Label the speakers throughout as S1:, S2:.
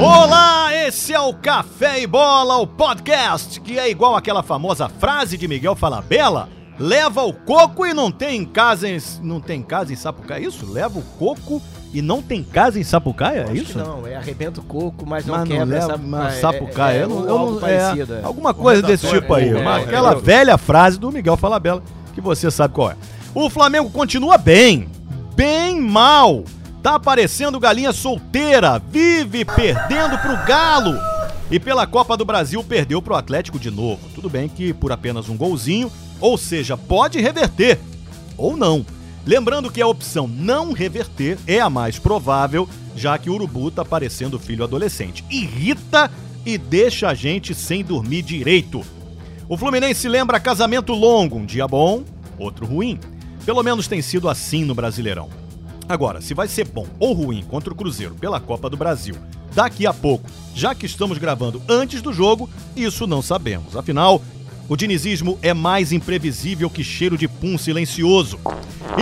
S1: Olá, esse é o Café e Bola, o podcast que é igual aquela famosa frase de Miguel Falabella. Leva o coco e não tem casa em, não tem casa em Sapucaia. É Isso? Leva o coco e não tem casa em Sapucaia? É
S2: Acho que
S1: isso?
S2: não, é arrebenta o coco, mas não
S1: Mas não
S2: quebra
S1: leva
S2: sapu-
S1: uma
S2: é- é-
S1: sapucaia.
S2: é
S1: eu não, eu
S2: algo
S1: não- é,
S2: parecido, é.
S1: alguma coisa desse tipo aí.
S2: é,
S1: uma-
S2: é,
S1: aquela
S2: entendeu?
S1: velha frase do Miguel Falabella, que você sabe qual é. O Flamengo continua bem, bem mal. Tá aparecendo galinha solteira, vive perdendo pro Galo. E pela Copa do Brasil perdeu pro Atlético de novo. Tudo bem que por apenas um golzinho, ou seja, pode reverter ou não. Lembrando que a opção não reverter é a mais provável, já que o urubu tá parecendo filho adolescente. Irrita e deixa a gente sem dormir direito. O Fluminense lembra casamento longo, um dia bom, outro ruim. Pelo menos tem sido assim no Brasileirão. Agora, se vai ser bom ou ruim contra o Cruzeiro pela Copa do Brasil daqui a pouco, já que estamos gravando antes do jogo, isso não sabemos. Afinal, o dinizismo é mais imprevisível que cheiro de pum silencioso.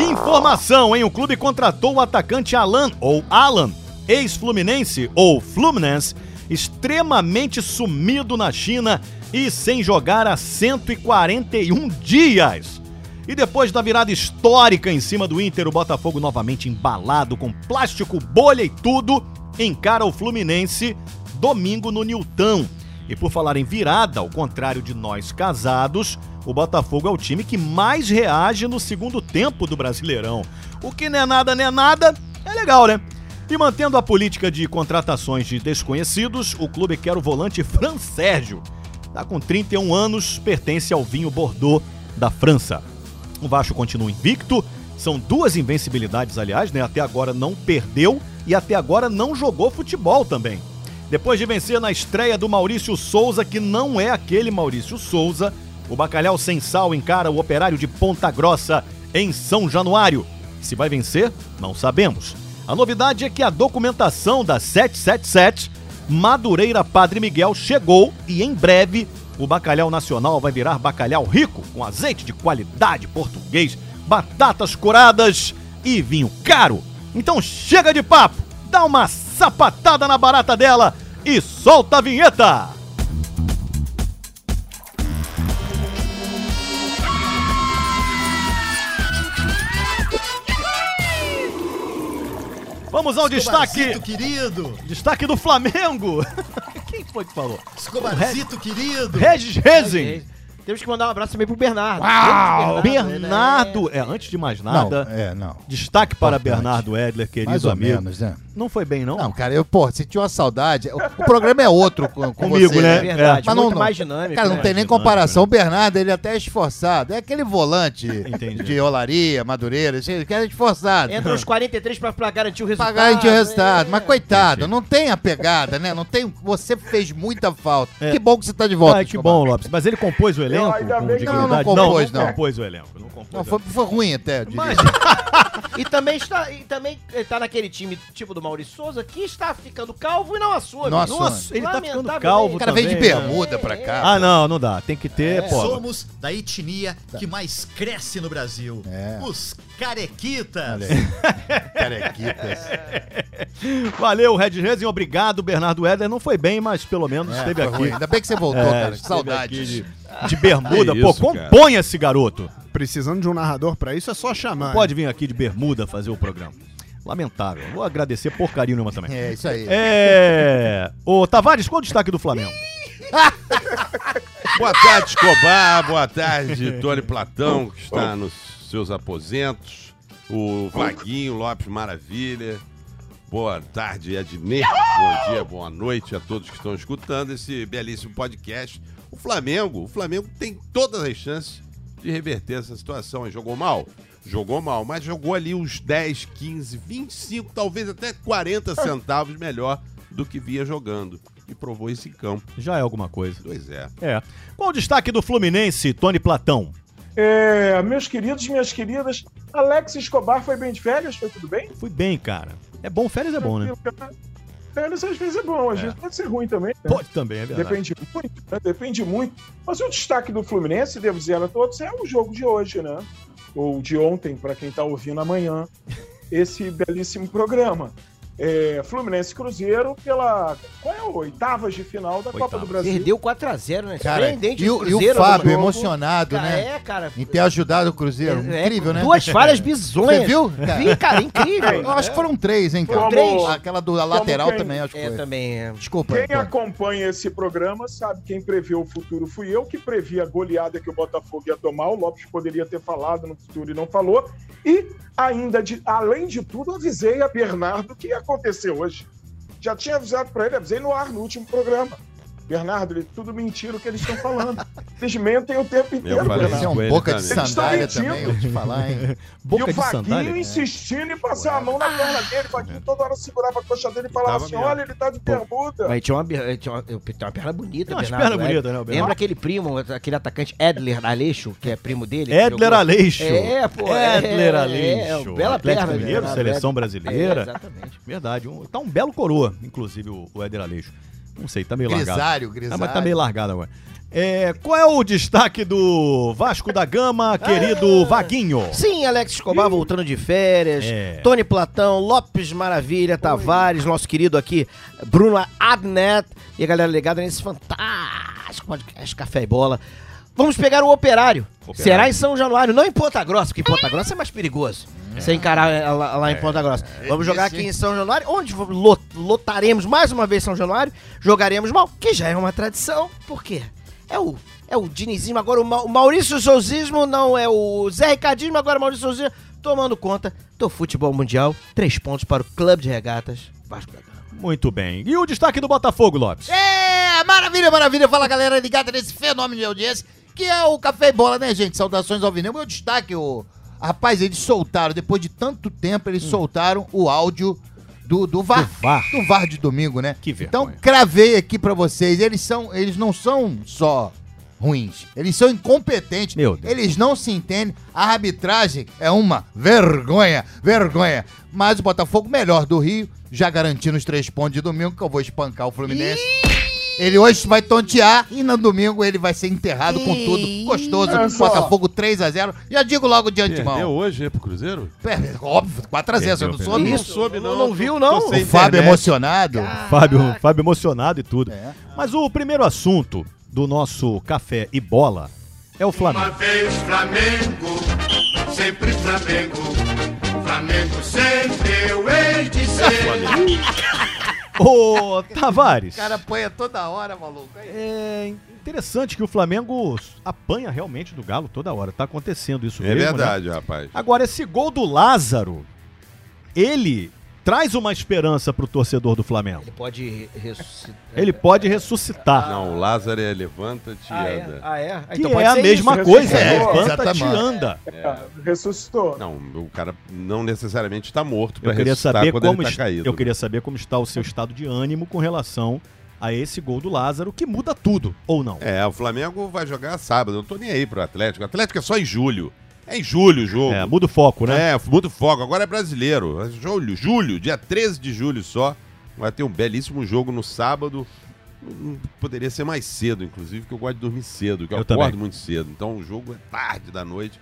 S1: Informação, hein? O clube contratou o atacante Alan, ou Alan, ex-fluminense, ou Fluminense, extremamente sumido na China e sem jogar há 141 dias. E depois da virada histórica em cima do Inter, o Botafogo novamente embalado com plástico, bolha e tudo, encara o Fluminense domingo no Nilton. E por falar em virada, ao contrário de nós casados, o Botafogo é o time que mais reage no segundo tempo do Brasileirão. O que não é nada, não é nada, é legal, né? E mantendo a política de contratações de desconhecidos, o clube quer o volante Fran Sérgio. Está Tá com 31 anos, pertence ao vinho Bordeaux da França. O Vasco continua invicto, são duas invencibilidades, aliás, né? Até agora não perdeu e até agora não jogou futebol também. Depois de vencer na estreia do Maurício Souza, que não é aquele Maurício Souza, o Bacalhau Sem Sal encara o operário de Ponta Grossa em São Januário. Se vai vencer, não sabemos. A novidade é que a documentação da 777 Madureira Padre Miguel chegou e em breve o bacalhau nacional vai virar bacalhau rico, com azeite de qualidade português, batatas coradas e vinho caro. Então chega de papo! dá uma sapatada na barata dela e solta a vinheta! Vamos ao destaque,
S3: Escobarzito querido!
S1: destaque do Flamengo. Quem foi que falou?
S3: Escobarzito querido!
S1: Regis Rezin.
S2: Temos que mandar um abraço também pro Bernardo.
S1: Uau!
S2: Temos né?
S1: Ah, Bernardo, é, antes de mais nada,
S4: Não, é, não.
S1: destaque para
S4: Importante.
S1: Bernardo Edler, querido
S4: Mais ou
S1: amigo.
S4: menos, né?
S1: Não foi bem, não?
S4: Não, cara, eu, pô, sentiu uma saudade. O, o programa é outro com, com
S1: Comigo,
S4: você,
S2: É
S1: né?
S2: verdade,
S4: Mas não,
S2: muito
S4: não.
S2: mais dinâmico.
S4: Cara, não
S2: né?
S4: tem nem
S1: Dinâmico,
S4: comparação. O Bernardo, ele até é esforçado. É aquele volante
S1: Entendi.
S4: de olaria, madureira, assim, que é esforçado.
S2: Entra os 43 pra, pra garantir o
S4: Pra
S2: resultado.
S4: garantir o resultado.
S2: é.
S4: Mas coitado, não tem a pegada, né? Não tem. Você fez muita falta.
S1: É.
S4: Que bom que você tá de volta.
S1: Ai, que
S4: Escobar.
S1: bom, Lopes. Mas ele compôs o elenco com dignidade?
S4: não compôs,
S1: não
S4: não.
S1: compôs o elenco. Não compôs
S4: Não,
S1: o
S4: foi, foi ruim até. eu diria.
S1: Mas-
S2: E também está e também eh, tá naquele time tipo do Maurício Souza que está ficando calvo e não assume.
S4: Nossa,
S1: Nossa, ele tá ficando
S2: Lamentável,
S1: calvo.
S4: o cara veio de
S1: também, né?
S4: bermuda pra cá.
S1: Ah, não, não dá. Tem que ter,
S4: É,
S1: pô.
S3: É. Somos da etnia que mais cresce no Brasil.
S4: É.
S3: Os carequitas.
S4: Olha aí. Carequitas.
S1: Valeu, Red Rezin. Obrigado, Bernardo Éder. Não foi bem, mas pelo menos
S4: É,
S1: esteve
S4: foi ruim.
S1: aqui.
S4: Ainda bem que você voltou,
S1: É,
S4: cara.
S1: esteve
S4: Saudades.
S1: aqui de, de bermuda.
S5: Que
S1: pô,
S5: isso, cara.
S1: compõe esse garoto.
S5: Precisando de um narrador pra isso, é só chamar.
S1: Pode vir aqui de bermuda fazer o programa. Lamentável. Vou agradecer porcaria nenhuma também.
S4: É, isso aí.
S1: É. Ô, Tavares, qual o destaque do Flamengo?
S5: Boa tarde, Escobar. Boa tarde, Tony Platão, que está nos seus aposentos. O Vaguinho Lopes Maravilha. Boa tarde, Ednei. Bom dia, boa noite a todos que estão escutando esse belíssimo podcast. O Flamengo, o Flamengo tem todas as chances de reverter essa situação. Ele Jogou mal? Jogou mal, mas jogou ali uns 10, 15, 25, talvez até
S1: Ah.
S5: 40 centavos melhor do que vinha jogando. E provou isso em campo.
S1: Já é alguma coisa.
S5: Pois é.
S1: É. Qual o destaque do Fluminense, Tony Platão?
S6: É, meus queridos, minhas queridas, Alex Escobar foi bem de férias? Foi tudo bem?
S1: Fui bem, cara. É bom, férias é bom, né?
S6: Férias às vezes é bom, às vezes pode ser ruim também. né?
S1: Pode também, é verdade.
S6: Depende muito, né? Depende muito. Mas o destaque do Fluminense, devo dizer a todos, é o jogo de hoje, né? tá Ou de ontem, para quem está ouvindo amanhã, esse belíssimo programa. é, Fluminense e Cruzeiro pela. Qual é o? Oitavas de final da Copa
S5: Oitavas.
S6: do Brasil.
S2: Perdeu 4x0, né?
S4: Cara,
S2: Surpreendente
S4: e, o- e o
S2: Cruzeiro
S4: Fábio
S2: no jogo.
S4: emocionado,
S2: Cara,
S4: né?
S2: É, cara.
S4: Em ter ajudado o Cruzeiro.
S2: É,
S4: Incrível, né?
S2: Duas falhas
S4: Você
S2: bizonhas.
S4: viu? cara?
S2: Vi, cara, incrível.
S4: Eu acho que foram três, hein, cara?
S6: Como- Três?
S4: Aquela do da lateral
S6: quem-
S4: também, acho que
S2: É,
S4: foi.
S2: também. é.
S4: Desculpa.
S6: Quem
S4: Antônio.
S6: acompanha esse programa sabe quem preveu o futuro fui eu, que previ a goleada que o Botafogo ia tomar. O Lopes poderia ter falado no futuro e não falou. E ainda, de, além de tudo, avisei a Bernardo que ia acontecer hoje. Já tinha avisado pra ele, avisei no ar no último programa. Bernardo, ele- tudo mentira o que eles estão falando. Eles mentem o tempo inteiro,
S5: falei.
S6: Bernardo.
S4: Esse é
S5: com
S4: um
S5: ele
S4: boca
S2: tá
S4: de
S5: também.
S4: sandália
S6: Eles estão
S4: também, eu vou te falar, hein?
S1: Boca
S6: e o
S1: de sandália. né?"
S6: Vaguinho insistindo em passar a mão na perna dele. O Vaguinho toda hora segurava a coxa dele e falava
S5: Tava
S6: assim:
S5: mesmo.
S6: olha, ele tá de bermuda.
S2: Mas tinha uma, be- tinha uma, eu- tinha uma perna bonita,
S1: Tem umas
S2: Bernardo,
S1: pernas
S2: é.
S1: bonitas, né, o Bernardo?
S2: Lembra aquele primo, aquele atacante Edler Aleixo, que é primo dele? que
S1: Edler
S2: jogou-
S1: Aleixo.
S2: É, pô. é,
S1: Edler
S2: é,
S1: Aleixo.
S2: É, bela
S1: Atlético
S2: perna.
S1: Mineiro,
S2: Bernardo,
S1: seleção
S2: é. É,
S1: brasileira.
S2: exatamente.
S1: Verdade. Um, tá um belo coroa, inclusive, o, o Éder Aleixo. Não sei, tá meio largado.
S4: Grisalho,
S1: Ah,
S4: grisalho.
S1: mas tá meio largado agora. É, qual é o destaque do Vasco da Gama,
S2: Ah.
S1: querido Vaguinho?
S2: Sim, Alex Escobar voltando de férias.
S1: É.
S2: Tony Platão, Lopes Maravilha, Tavares, nosso querido aqui, Bruno Adnet e a galera ligada nesse fantástico podcast Café e Bola. Vamos pegar o Operário.
S5: Operário.
S2: Será em São Januário, não em Ponta Grossa, porque Ponta Grossa é mais perigoso. Você encarar é, lá, lá em Ponta Grossa. Vamos jogar aqui em São Januário, onde vo- lo- lotaremos mais uma vez São Januário, jogaremos mal, que já é uma tradição, por quê? É o, é o dinizismo, agora o, Ma- o Maurício Souzismo, não é o Zé Ricardismo, agora o Maurício Souzismo, tomando conta do futebol mundial. Três pontos para o Clube de Regatas Vasco da Gama.
S1: Muito bem. E o destaque do Botafogo, Lopes?
S4: É, maravilha, maravilha. Fala, galera, ligada nesse fenômeno de audiência, que é o Café e Bola, né, gente? Saudações ao Vinil. Meu destaque, o... Rapaz, eles soltaram, depois de tanto tempo, eles soltaram o áudio do, do
S1: Hum.
S4: VAR.
S1: Do VAR.
S4: Do VAR de domingo, né?
S1: Que vergonha.
S4: Então, cravei aqui pra vocês. Eles são, eles não são só ruins. Eles são incompetentes.
S1: Meu Deus.
S4: Eles não se entendem. A arbitragem é uma vergonha, vergonha. Mas o Botafogo melhor do Rio, já garantindo os três pontos de domingo, que eu vou espancar o Fluminense. Ele hoje vai tontear e no domingo ele vai ser enterrado com tudo. Gostoso.
S6: Olha só.
S4: Botafogo 3x0. Já digo logo de
S5: Perdeu
S4: antemão.
S5: hoje é pro Cruzeiro?
S4: É, óbvio, 4x0. Você não
S1: Perdeu,
S4: soube?
S5: Não
S4: isso?
S5: soube, não.
S2: Não viu, não?
S5: Tô
S4: O
S5: sem
S4: Fábio é
S5: internet.
S4: emocionado.
S1: Fábio, Fábio emocionado e tudo.
S4: É.
S1: Mas o primeiro assunto do nosso Café e Bola é o Flamengo.
S7: vez Flamengo, sempre Flamengo. Flamengo sempre eu hei de ser.
S1: Ô, Tavares.
S4: O cara apanha toda hora, maluco.
S1: É interessante que o Flamengo apanha realmente do Galo toda hora. Tá acontecendo isso
S5: É
S1: mesmo, né?
S5: verdade, rapaz.
S1: Agora, esse gol do Lázaro, ele traz uma esperança pro torcedor do Flamengo.
S2: Ele pode ressuscitar.
S1: Ele pode ressuscitar.
S5: Não, o Lázaro é levanta-te e
S2: Ah, é?
S5: anda.
S2: Ah, é? Ah,
S1: Que é
S2: pode
S1: a
S2: ser
S1: mesma
S6: isso,
S1: coisa,
S6: é,
S1: levanta-te e
S4: exatamente.
S1: anda.
S6: Ressuscitou. né?
S5: Não, o cara não necessariamente está morto
S1: Eu
S5: para
S1: queria,
S5: ressuscitar
S1: saber
S5: quando
S1: como
S5: ele
S1: est-
S5: tá caído.
S1: eu queria saber como está o seu estado de ânimo com relação a esse gol do Lázaro, que muda tudo, ou não.
S5: É, o Flamengo vai jogar sábado. Eu não tô nem aí pro Atlético. O Atlético é só em julho. É em julho o jogo.
S1: É, muda o foco, né?
S5: É, muito foco. Agora é brasileiro. É Julho, julho, dia 13 de julho só. Vai ter um belíssimo jogo no sábado. Hum, Poderia ser mais cedo, inclusive, que eu gosto de dormir cedo, que eu,
S1: Eu
S5: acordo
S1: também.
S5: muito cedo. Então o jogo é tarde da noite.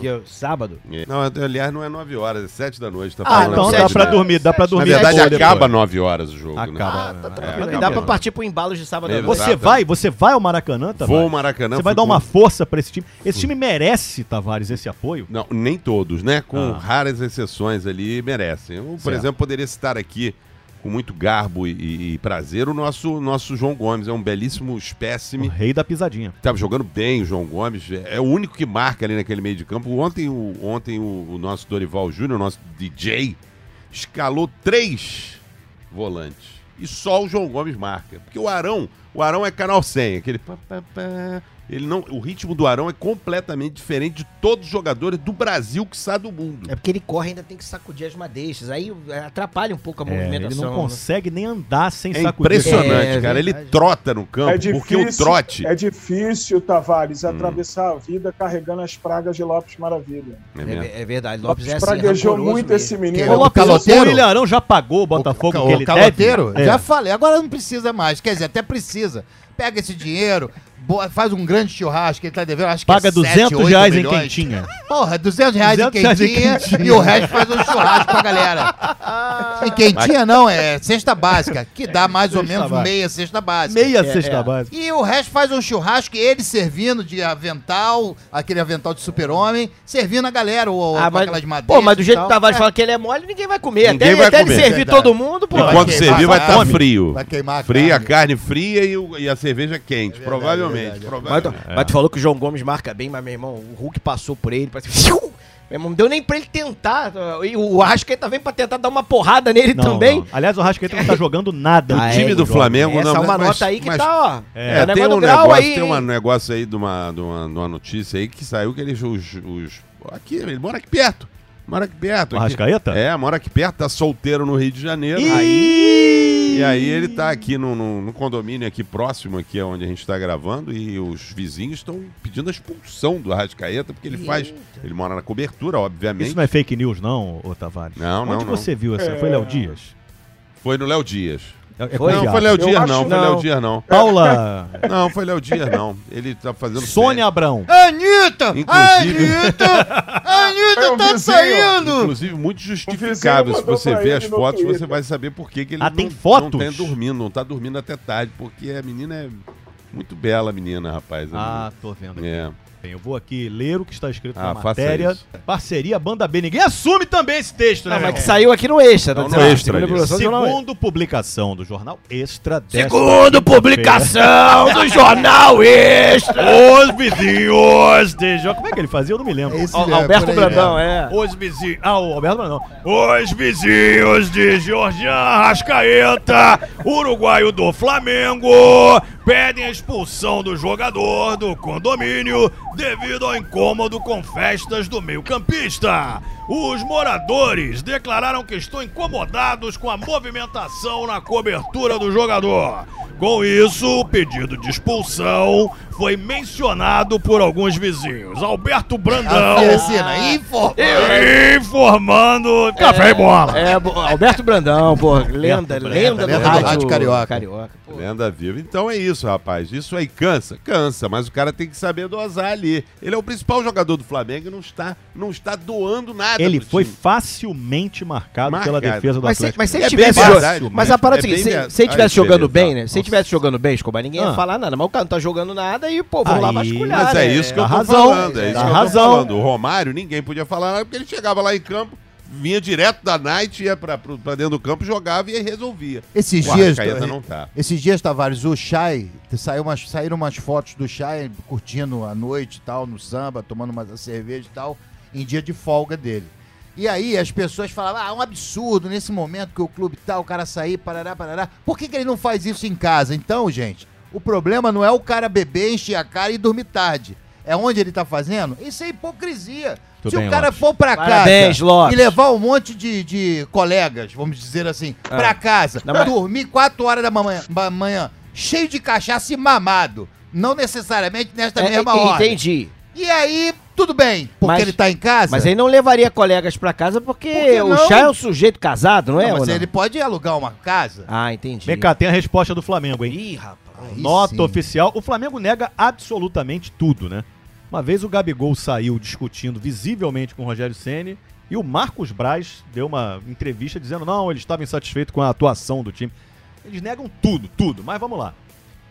S2: Que é sábado.
S5: É. Não, aliás, não é 9 horas, é 7 da noite. Tá
S2: Ah,
S5: falando
S1: Então
S5: aqui.
S1: dá
S2: sete,
S1: pra
S2: né?
S1: dormir, dá pra
S2: Sete,
S5: Na
S1: dormir.
S5: verdade,
S1: boa depois.
S5: acaba 9 horas o jogo, né?
S1: Acaba.
S5: É,
S2: Ah, tá Dá
S5: acaba
S2: pra
S5: mesmo.
S2: partir pro embalo de sábado. à
S5: É
S2: noite.
S1: Você vai, você vai ao Maracanã,
S5: Vou ao
S1: Tavares?
S5: Maracanã.
S1: Você vai
S5: fui
S1: dar uma
S5: com-
S1: força pra esse time. Esse time merece, Tavares, esse apoio?
S5: Não, nem todos, né? Com
S1: Ah.
S5: raras exceções ali, merecem. Eu, por
S1: Certo.
S5: exemplo, poderia citar aqui, com muito garbo e- e, e prazer, o nosso, nosso João Gomes. É um belíssimo
S1: O
S5: espécime.
S1: rei da pisadinha.
S5: Tava jogando bem o João Gomes. É é o único que marca ali naquele meio de campo. Ontem o, ontem o, o nosso Dorival Júnior, o nosso DJ, escalou três volantes. E só o João Gomes marca. Porque o Arão, o Arão é canal 100, aquele pá, pá, pá. Ele não, o ritmo do Arão é completamente diferente de todos os jogadores do Brasil que sai do mundo.
S2: É porque ele corre ainda tem que sacudir as madeixas. Aí é, atrapalha um pouco a
S1: É,
S2: movimentação.
S1: ele não
S2: né?
S1: consegue nem andar sem
S5: É
S1: sacudir.
S5: impressionante,
S2: É
S5: cara. Ele
S2: verdade.
S5: trota no campo,
S6: É difícil,
S5: porque o trote. Hum.
S6: é difícil, Tavares, atravessar a vida carregando as pragas de Lopes Maravilha.
S5: É mesmo.
S2: É, é verdade, Lopes é assim,
S6: praguejou
S2: rancoroso
S6: muito
S2: mesmo.
S6: esse menino.
S5: é?
S4: Que
S1: O,
S4: O
S1: Lopes, o
S4: caloteiro?
S1: Ilharão já pagou o Botafogo
S4: o,
S1: que ele
S4: caloteiro?
S1: deve? É.
S4: Já falei, agora não precisa mais. Quer dizer, até precisa. Pega esse dinheiro, boa- faz um grande churrasco que ele tá devendo, acho que
S1: Paga
S4: é
S1: 200
S4: 7, 8
S1: reais em
S4: milhões.
S1: quentinha.
S4: Porra, 200 reais
S1: 200
S4: em
S1: reais em
S4: quentinha
S1: quentinha.
S4: e o resto faz um churrasco pra galera. E quentinha não, é cesta básica, que dá mais ou
S1: Cesta
S4: menos
S1: básica.
S4: meia cesta básica.
S1: Meia
S4: É.
S1: cesta básica.
S4: E o resto faz um churrasco, ele servindo de avental, aquele avental de super-homem, servindo a galera, ou
S2: Ah,
S4: com
S2: mas,
S4: aquelas madeiras.
S2: pô, mas do
S4: e
S2: jeito que
S4: tal.
S2: o Tavares fala que ele é mole, ninguém vai comer.
S5: Ninguém
S2: até
S5: vai
S2: até
S5: comer. É
S2: ele servir
S4: Verdade.
S2: todo mundo, pô. é
S4: Vai
S5: Enquanto
S4: queimar,
S5: servir, vai
S4: vai
S5: estar
S4: fome.
S5: frio.
S4: Vai queimar a
S5: Frio, a
S4: carne.
S5: carne fria e, o- e a cerveja quente, provavelmente.
S2: Mas, tu-
S5: provavelmente.
S2: mas tu falou que o João Gomes marca bem, mas meu irmão, o Hulk passou por ele, parece que- Meu irmão, não deu nem pra ele tentar. E o Arrascaeta vem pra tentar dar uma porrada nele
S1: Não,
S2: também.
S1: não. Aliás, o Rascaeta não tá jogando nada.
S2: Ah,
S5: O time
S2: é,
S5: do
S1: João.
S5: Flamengo
S2: Essa
S5: não
S2: é uma
S5: mas-
S2: nota aí que
S5: mas-
S2: tá, ó.
S5: É,
S2: o
S5: tem,
S2: do
S5: um
S2: grau
S5: negócio,
S2: aí,
S5: tem um
S2: hein?
S5: negócio aí de uma, de, uma, de uma notícia aí que saiu que eles. Os, os- aqui, ele mora aqui perto. Mora aqui perto.
S1: O
S5: aqui.
S1: Arrascaeta?
S5: É, mora aqui perto, tá solteiro no Rio de Janeiro.
S1: Ih!
S5: E aí ele tá aqui num, num- num condomínio aqui próximo, aqui é onde a gente tá gravando, e os vizinhos estão pedindo a expulsão do Arrascaeta, porque ele faz. Ele mora na cobertura, obviamente.
S1: Isso não é fake news, não, ô Tavares?
S5: Não, não,
S1: Onde
S5: não.
S1: você viu essa? Foi Léo Dias?
S5: Foi no Léo Dias.
S1: É- é
S2: Foi,
S1: com
S5: não,
S1: piada.
S5: foi Léo
S6: Eu
S5: Dias,
S6: acho
S5: não,
S6: que
S5: foi Léo
S2: não.
S5: Dias, não.
S1: Paula
S5: Não, foi Léo Dias, não. Ah! Ele tá fazendo.
S1: Sônia Abrão.
S4: Anitta!
S5: Inclusive-
S4: Anitta! Anitta
S6: É um
S4: tá
S6: vizinho.
S4: saindo!
S5: Inclusive, muito justificável. Se
S6: mandou
S5: você
S6: pra
S5: ver
S6: ele
S5: as
S6: no
S5: fotos,
S6: Twitter.
S5: você vai saber por que, que ele
S1: Ah,
S5: não,
S1: tem
S5: não
S1: fotos?
S5: tá dormindo, não tá dormindo até tarde, porque a menina é muito bela, a menina, rapaz.
S1: Ah, tô vendo aqui.
S5: é.
S1: Bem, eu vou aqui ler o que está escrito
S5: Ah,
S1: na
S5: faça
S1: matéria.
S5: isso.
S1: Parceria Banda B. Ninguém assume também esse texto, né?
S2: Não,
S1: meu
S2: mas que
S1: irmão?
S2: saiu aqui no extra, tá
S5: Não, É. no
S2: dizendo?
S5: extra
S2: Segunda
S5: ali.
S2: publicação do jornal Extra.
S1: Segundo publicação do jornal Extra desta quinta-feira,
S2: Segundo publicação do jornal extra.
S1: Os vizinhos de Jo- Como é que ele fazia? Eu não me lembro.
S4: É esse
S1: Ó,
S4: mesmo,
S2: Alberto
S4: por aí
S2: Brandão,
S4: mesmo.
S2: é.
S1: Os vizinhos. Ah, o Alberto não. Os vizinhos de Jorjan Rascaeta, uruguaio do Flamengo, pedem a expulsão do jogador do condomínio devido ao incômodo com festas do meio-campista. Os moradores declararam que estão incomodados com a movimentação na cobertura do jogador. Com isso, o pedido de expulsão foi mencionado por alguns vizinhos. Alberto Brandão.
S4: Oferecendo, informa.
S1: Informando Café e Bola.
S2: É, bo- Alberto Brandão, pô, lenda, lenda do
S4: lenda do
S2: rádio,
S4: rádio carioca.
S2: pô.
S5: Lenda viva. Então é isso, rapaz. Isso aí cansa, cansa, mas o cara tem que saber dosar ali. Ele é o principal jogador do Flamengo e não está, não está doando nada.
S1: Ele
S5: pro
S1: foi
S5: time.
S1: facilmente marcado,
S5: é. Marcado.
S1: pela defesa do
S2: Mas se,
S1: Atlético.
S2: mas se
S5: É
S2: ele
S5: bem
S2: tivesse
S5: verdade,
S2: jogando.
S5: mesmo.
S2: Mas a parada
S5: É
S2: é seguinte:
S5: bem
S2: se,
S5: verdade.
S2: se ele tivesse
S5: Ai,
S2: jogando
S5: beleza.
S2: bem, né? Se ele tivesse jogando bem, Escobar, ninguém
S1: Ah.
S2: ia falar nada. Mas o cara não tá jogando nada e, pô, vamos lá
S1: Aí,
S2: vasculhar.
S5: Mas é
S2: né?
S5: isso que eu
S1: Dá
S5: tô
S1: razão,
S5: falando. É isso
S1: dá
S5: que eu tô
S1: razão.
S5: falando. O Romário, ninguém podia falar nada, porque ele chegava lá em campo, vinha direto da night, ia pra, pro- pra dentro do campo, jogava e aí resolvia.
S4: Esses
S5: O
S4: dias,
S5: Arrascaeta não tá.
S1: É.
S4: esses dias, Tavares, o Chay, saiu umas, saíram umas fotos do Chay curtindo a noite e tal, no samba, tomando uma cerveja e tal, em dia de folga dele. E aí as pessoas falavam, ah, um absurdo nesse momento que o clube tá, o cara sair, parará, parará. Por que, que ele não faz isso em casa? Então, gente, o problema não é o cara beber, encher a cara e dormir tarde. É onde ele tá fazendo? Isso é hipocrisia.
S1: Tudo
S4: Se
S1: bem,
S4: o cara
S1: Lopes.
S4: for pra
S2: Parabéns,
S4: casa
S2: Lopes.
S4: e levar um monte de, de colegas, vamos dizer assim, pra casa,
S2: É. Não, mas-
S4: dormir 4 horas da manhã, ma- manhã, cheio de cachaça e mamado. Não necessariamente nesta
S2: É,
S4: mesma
S2: é,
S4: hora.
S2: Entendi.
S4: E aí, tudo bem, porque
S2: Mas-
S4: ele tá em casa.
S2: Mas ele não levaria colegas pra casa
S4: Por
S2: porque
S4: que
S2: o
S4: não?
S2: Chá é um sujeito casado, não é?
S4: Não, mas
S2: ou não?
S4: ele pode alugar uma casa.
S2: Ah, entendi.
S1: Vem cá, tem a resposta do Flamengo, hein?
S2: Ih, rapaz.
S4: Aí
S1: Nota
S4: sim.
S1: oficial. O Flamengo nega absolutamente tudo, né? Uma vez o Gabigol saiu discutindo visivelmente com o Rogério Ceni e o Marcos Braz deu uma entrevista dizendo não, ele estava insatisfeito com a atuação do time. Eles negam tudo, tudo. Mas vamos lá.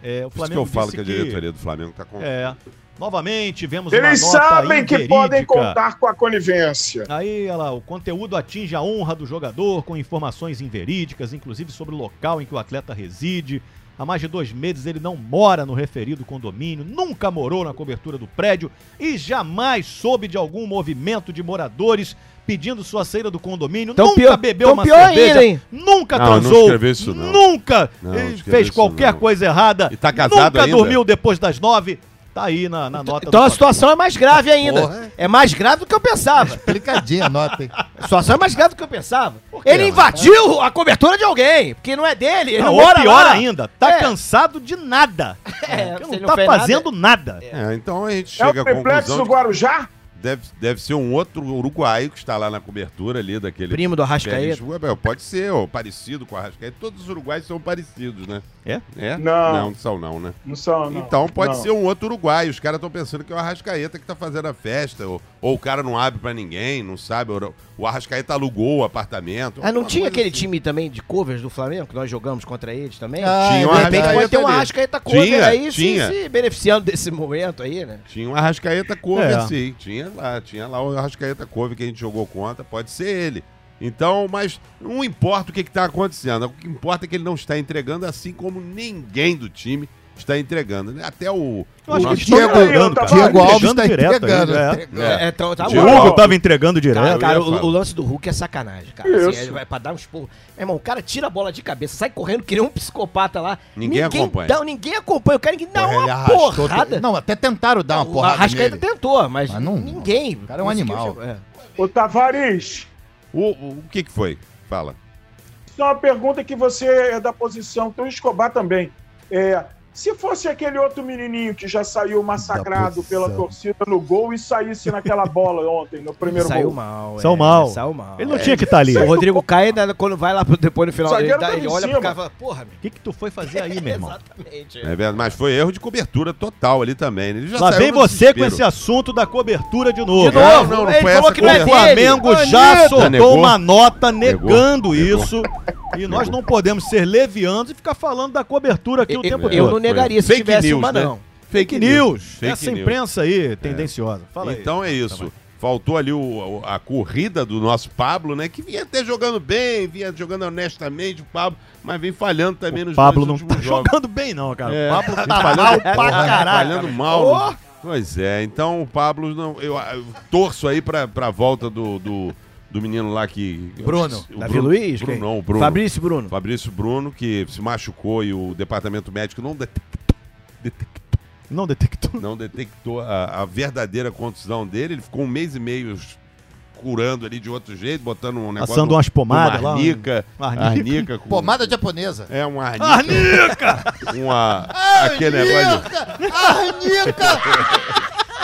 S1: É, o
S5: Por isso
S1: Flamengo
S5: que eu falo
S1: disse
S5: que a diretoria do Flamengo tá com.
S1: É. Novamente, vemos uma
S6: Eles
S1: nota
S6: sabem que podem
S1: inverídica.
S6: contar com a conivência.
S1: Aí, olha lá, o conteúdo atinge a honra do jogador com informações inverídicas, inclusive sobre o local em que o atleta reside. Há mais de dois meses ele não mora no referido condomínio, nunca morou na cobertura do prédio e jamais soube de algum movimento de moradores pedindo sua saída do condomínio.
S2: Então
S1: nunca
S2: pior-
S1: bebeu
S2: então
S1: uma
S2: pior
S1: cerveja,
S2: ainda, hein?
S1: nunca
S5: Não, não
S1: transou,
S5: escreveu isso, não.
S1: nunca
S5: Não,
S1: eh,
S5: não escreveu
S1: fez
S5: isso,
S1: qualquer
S5: não.
S1: coisa errada,
S5: E tá casado
S1: nunca
S5: ainda?
S1: dormiu depois das nove. Tá aí na, na nota
S2: Então a
S1: do
S2: situação é mais grave ainda.
S4: Porra.
S2: É mais grave do que eu pensava.
S4: Explicadinha a nota, hein?
S2: A situação é mais grave do que eu pensava. ele invadiu a cobertura de alguém, porque não é dele, ele
S1: Não,
S2: não, mora
S1: ou pior
S2: lá.
S1: ainda, tá
S2: É.
S1: cansado de nada.
S2: É,
S1: Porque
S2: se ele
S1: não tá
S2: fez nada-
S1: fazendo nada.
S5: É, então a gente chega
S6: É o
S5: à conclusão.
S6: triplex do
S5: de-
S6: Guarujá?
S5: deve, deve ser um outro uruguaio que está lá na cobertura ali daquele.
S2: Primo do Arrascaeta.
S5: Pérez. Ué, meu, É, Pode ser, ou parecido com o Arrascaeta. Todos os uruguaios são parecidos, né?
S1: É?
S5: É?
S6: Não.
S5: Não, são não, né?
S6: Não são, não.
S5: Então pode
S6: Não.
S5: ser um outro uruguaio. Os caras estão pensando que é o Arrascaeta que tá fazendo a festa. Ou, ou o cara não abre pra ninguém, não sabe. ou- o Arrascaeta alugou o apartamento.
S2: Ah, não
S5: alguma
S2: tinha
S5: coisa
S2: aquele
S5: assim.
S2: time também de covers do Flamengo, que nós jogamos contra eles também?
S4: Ah,
S5: Tinha
S2: de
S5: um
S2: repente pode ter um
S5: Arrascaeta. ali.
S2: Arrascaeta cover
S5: Tinha,
S2: aí, se-
S5: tinha.
S2: se beneficiando desse momento aí, né?
S5: Tinha um Arrascaeta Cove,
S1: É.
S5: sim. Tinha lá, tinha lá o Arrascaeta Cove que a gente jogou contra, pode ser ele. Então, mas não importa o que está acontecendo. O que importa é que ele não está entregando, assim como ninguém do time está entregando. né? Até o.
S1: Eu acho
S5: o
S1: que
S5: nosso-
S1: eles tão
S4: Diego-
S1: entregando, cara.
S4: Diego
S1: Tão
S4: Alves
S1: entregando
S4: tá
S1: direto
S4: entregando.
S1: ainda, é.
S4: entregando.
S5: É.
S2: É, então tá
S1: O
S5: Diego
S2: bom.
S1: Hugo tava entregando
S2: Cara,
S1: direto.
S2: cara,
S5: eu ia
S2: o,
S5: falar.
S2: o lance do Hulk é sacanagem, cara. Assim,
S6: Isso.
S2: é, vai pra dar um esporro. Meu irmão, o cara tira a bola de cabeça, sai correndo, que nem um psicopata lá.
S5: Ninguém acompanha.
S2: Dá, ninguém acompanha. O cara que dá
S4: Porra, ele
S2: uma
S4: arrastou
S2: porrada.
S4: todo- Não, até tentaram dar uma
S2: o
S4: porrada
S2: Arrascaeta
S4: nele.
S2: tentou, mas,
S4: Mas não-
S2: ninguém. O
S4: cara é um animal.
S6: Ô, Tavares,
S5: O, o- o que, que foi? Fala.
S6: só uma pergunta que você é da posição, então Escobar também. É, se fosse aquele outro menininho que já saiu massacrado
S4: posição.
S6: pela torcida no gol e saísse naquela bola ontem, no primeiro
S2: saiu
S6: gol.
S2: mal.
S1: Saiu mal.
S2: Saiu É, mal. é.
S1: Ele não tinha que estar ali.
S2: O
S1: O
S2: Rodrigo Caio, né, quando vai lá pro- depois no final,
S6: Zagueiro
S2: ele, dá-
S6: tava
S2: ele
S6: em
S2: olha pro
S6: cima.
S2: cara e fala, porra, meu.
S1: que, que tu foi fazer aí, meu irmão?
S2: Exatamente.
S5: É verdade, mas foi erro de cobertura total ali também. né? Ele já
S1: Lá
S5: saiu
S1: vem
S5: no
S1: você com
S5: desespero.
S1: esse assunto da cobertura de novo.
S5: De novo? Não, não
S2: ele
S5: foi
S2: falou
S5: essa
S2: que não é
S1: O
S5: conversa.
S1: Flamengo
S2: dele.
S1: já
S2: Bonito.
S1: soltou
S5: Negou.
S1: uma nota
S5: Negou.
S1: negando
S5: Negou.
S1: isso. E nós não podemos ser levianos e ficar falando da cobertura aqui
S2: Eu,
S1: o tempo
S2: eu não
S1: todo.
S2: negaria se
S5: Fake
S2: tivesse
S5: news,
S2: uma,
S5: né?
S2: não.
S1: Fake news.
S5: Fake
S1: Essa
S5: news.
S1: imprensa
S2: É.
S1: aí tendenciosa. Fala aí. Tá
S5: Então é isso. Faltou ali o- o- a corrida do nosso Pablo, né? Que vinha até jogando bem, vinha jogando honestamente o Pablo, mas vem falhando também
S1: o
S5: nos
S1: Pablo
S5: dois
S1: não
S5: últimos
S1: tá
S5: jogos.
S1: jogando bem, não, cara.
S5: É.
S1: O Pablo
S5: Vem
S1: tá
S5: falhando
S1: mal
S5: porra,
S1: pra caraca.
S5: Falhando mal. né? Pois é, então o Pablo, não, eu, eu torço aí pra, pra volta do, do, do menino lá que...
S4: Bruno.
S5: O
S2: Davi Luiz?
S5: Bruno,
S2: quem?
S5: não, o Bruno.
S2: Fabrício Bruno.
S5: Fabrício Bruno, que se machucou e o departamento médico não detectou.
S1: Não detectou.
S5: não detectou a, a verdadeira contusão dele. Ele ficou um mês e meio curando ali de outro jeito, botando um negócio.
S1: Passando umas pomadas
S5: uma
S1: lá, um-
S5: arnica,
S1: uma
S5: arnica.
S1: arnica.
S5: com,
S4: Pomada japonesa.
S5: É,
S8: Ah,
S5: uma arnica. Uma. Aquele negócio.
S4: Arnica!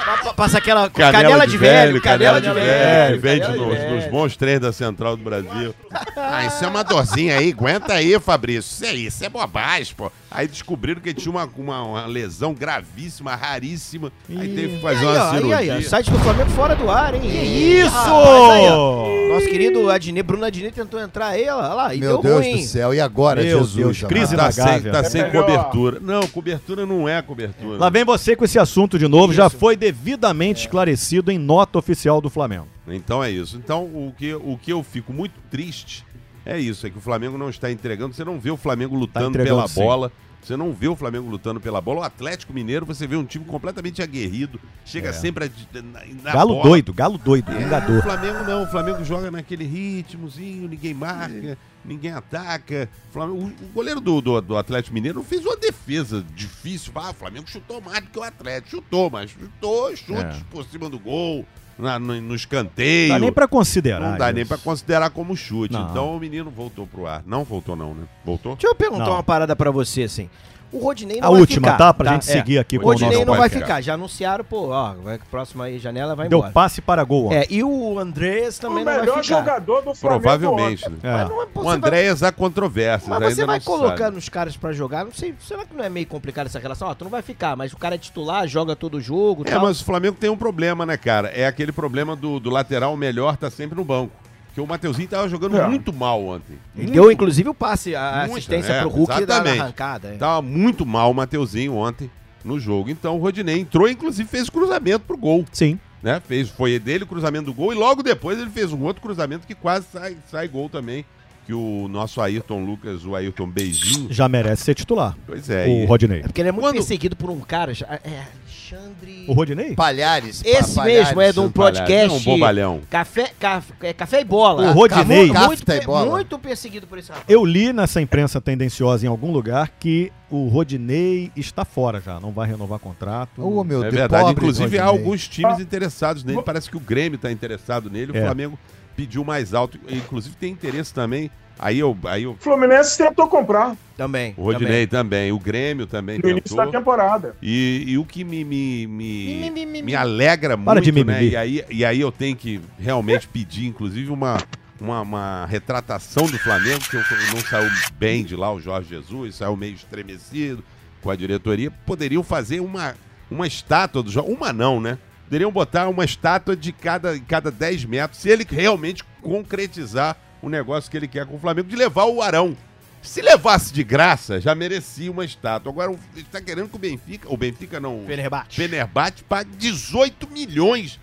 S2: Pa- Passa aquela canela, de velho, canela, de velho.
S5: que vende
S2: canela de
S5: nos,
S2: velho.
S5: nos bons trens da Central do Brasil. Ah, isso é uma dorzinha aí, aguenta aí, Fabrício. Isso é isso, é bobagem, pô. Aí descobriram que ele tinha uma, uma, uma lesão gravíssima, raríssima. Aí teve que
S2: Aí,
S5: fazer uma
S2: ó, aí,
S5: cirurgia.
S2: Ah, aí, ó, site do Flamengo fora do ar, hein? Ah, Que
S1: Isso!
S2: Nosso querido Adnet, Bruno Adnet tentou entrar aí, ó, olha lá, e deu
S4: Meu Deus
S2: ruim.
S4: do céu, e agora,
S1: Meu
S4: Jesus?
S1: Deus,
S4: amado?
S1: crise
S5: Tá
S1: da
S5: sem,
S1: Gávea.
S5: tá sem
S6: melhor.
S5: cobertura. Não, cobertura não é cobertura.
S1: Lá vem você com esse assunto de novo. Já foi devidamente esclarecido em nota oficial do Flamengo.
S5: Então é isso. Então o que, o que eu fico muito triste é isso, é que o Flamengo não está entregando. Você não vê o Flamengo lutando
S1: Tá entregando,
S5: pela
S1: sim.
S5: bola. Você não vê o Flamengo lutando pela bola. O Atlético Mineiro, você vê um time completamente aguerrido. Chega sempre a, na, na
S1: É. Galo
S5: bola.
S1: doido, galo doido,
S5: Ah, O
S1: vingador.
S5: Flamengo não, o Flamengo joga naquele ritmozinho, ninguém marca, ninguém ataca. O, Flamengo- o- o goleiro do, do, do Atlético Mineiro não fez uma defesa difícil. Ah, o Flamengo chutou mais do que o Atlético. Chutou, mas chutou, chutes
S1: É.
S5: por cima do gol, na- no, no escanteio.
S1: Não dá nem pra considerar.
S5: Não dá nem
S1: isso.
S5: pra considerar como chute.
S1: Não. Tipo,
S5: Então o menino voltou pro ar. Não voltou, não, né? Voltou?
S2: Deixa eu perguntar
S1: Não.
S2: uma parada pra você, assim. O Rodinei não
S1: A
S2: vai
S1: última,
S2: ficar, é.
S1: tá? Pra gente seguir aqui
S2: O
S1: com o
S2: Rodinei
S5: nosso
S2: não vai
S5: podcast.
S2: ficar. já anunciaram, pô, ó, vai, próxima aí, janela vai
S1: Deu
S2: embora.
S1: passe para gol. ó.
S2: É, e o Andrés
S6: O
S2: também não vai
S6: melhor
S2: ficar.
S6: jogador do Flamengo
S5: Provavelmente, né?
S1: É.
S2: Mas não é- você
S5: O Andréas há controvérsias.
S2: Mas
S5: ainda
S2: você vai
S5: não se sabe.
S2: colocando os caras pra jogar, não sei, será que não é meio complicado essa relação? Ó, tu não vai ficar, mas o cara é titular, joga todo jogo,
S5: É,
S2: tal.
S5: mas o Flamengo tem um problema, né, cara? É aquele problema do, do lateral melhor tá sempre no banco. Porque o Mateuzinho tava jogando
S6: É.
S5: muito mal ontem.
S2: Ele deu, inclusive, o passe, a
S5: Muito,
S2: assistência
S5: é,
S2: pro Hulk da
S5: exatamente. Então,
S2: arrancada. é.
S5: Tava muito mal o Mateuzinho ontem no jogo. Então o Rodinei entrou e inclusive fez cruzamento pro gol,
S1: Sim.
S5: né? Fez, foi dele o cruzamento do gol e logo depois ele fez um outro cruzamento que quase sai, sai gol também. Que o nosso Ayrton Lucas, o Ayrton Beijinho.
S1: Já merece ser titular.
S5: Pois é.
S1: o
S5: e-
S1: Rodinei.
S2: É porque ele é muito
S5: Quando-
S2: perseguido por um cara. já- É, Alexandre.
S1: O Rodinei?
S4: Palhares.
S2: Esse
S4: Palhares,
S2: mesmo é de um
S5: Palhares.
S2: podcast.
S5: É um bobalhão.
S2: Café, caf- é, café e bola.
S1: O Rodinei.
S4: Café
S2: muito,
S4: e
S2: pe-
S4: bola.
S2: muito perseguido por esse rapaz.
S1: Eu li nessa imprensa tendenciosa em algum lugar que o Rodinei está fora já, não vai renovar contrato.
S4: Ô, meu
S5: é
S4: Deus,
S5: verdade.
S4: pobre
S5: Inclusive, há
S4: Rodinei.
S5: alguns times interessados nele. Parece que o Grêmio está tá interessado nele. O
S1: É.
S5: Flamengo pediu mais alto. Inclusive, tem interesse também. Aí eu. Aí eu
S6: O Fluminense tentou comprar
S2: Também.
S5: o Rodinei também. o Grêmio também
S6: no início da
S5: tentou.
S6: temporada.
S5: E, e o que me, me, me, me alegra
S1: Para
S5: muito,
S1: de mimimi.
S5: né? E aí, e aí eu tenho que realmente pedir, inclusive, uma, uma, uma retratação do Flamengo, que eu- não saiu bem de lá o Jorge Jesus, saiu meio estremecido com a diretoria. Poderiam fazer uma, uma estátua do Jorge. Uma não, né? Poderiam botar uma estátua de cada, em cada 10 metros, se ele realmente concretizar o negócio que ele quer com o Flamengo, de levar o Arão. Se levasse de graça, já merecia uma estátua. Agora, o- ele está querendo que o Benfica, o Benfica não,
S2: Fenerbahçe.
S5: Fenerbahçe paga 18 milhões.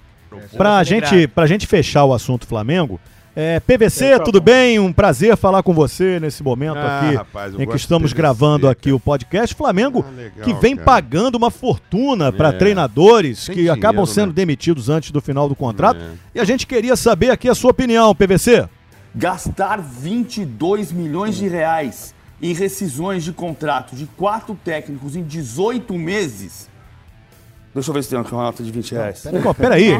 S1: Pra
S2: Vou
S1: gente,
S2: lembrar.
S1: pra gente fechar o assunto Flamengo, é, PVC,
S6: Sim, tá
S1: tudo
S6: bom.
S1: bem? Um prazer falar com você nesse momento
S5: Ah,
S1: aqui
S5: rapaz, eu
S1: em que
S5: gosto
S1: estamos
S5: de PVC,
S1: gravando
S5: cara.
S1: aqui o podcast. Flamengo
S5: Ah, legal,
S1: que vem
S5: cara.
S1: pagando uma fortuna pra
S5: É.
S1: treinadores
S5: Tem
S1: que
S5: dinheiro,
S1: acabam sendo
S5: né?
S1: demitidos antes do final do contrato.
S5: É.
S1: E a gente queria saber aqui a sua opinião, PVC.
S8: gastar 22 milhões de reais em rescisões de contrato de quatro técnicos em 18 meses. Deixa eu ver se tem aqui uma nota de 20 reais.
S1: Pô, peraí.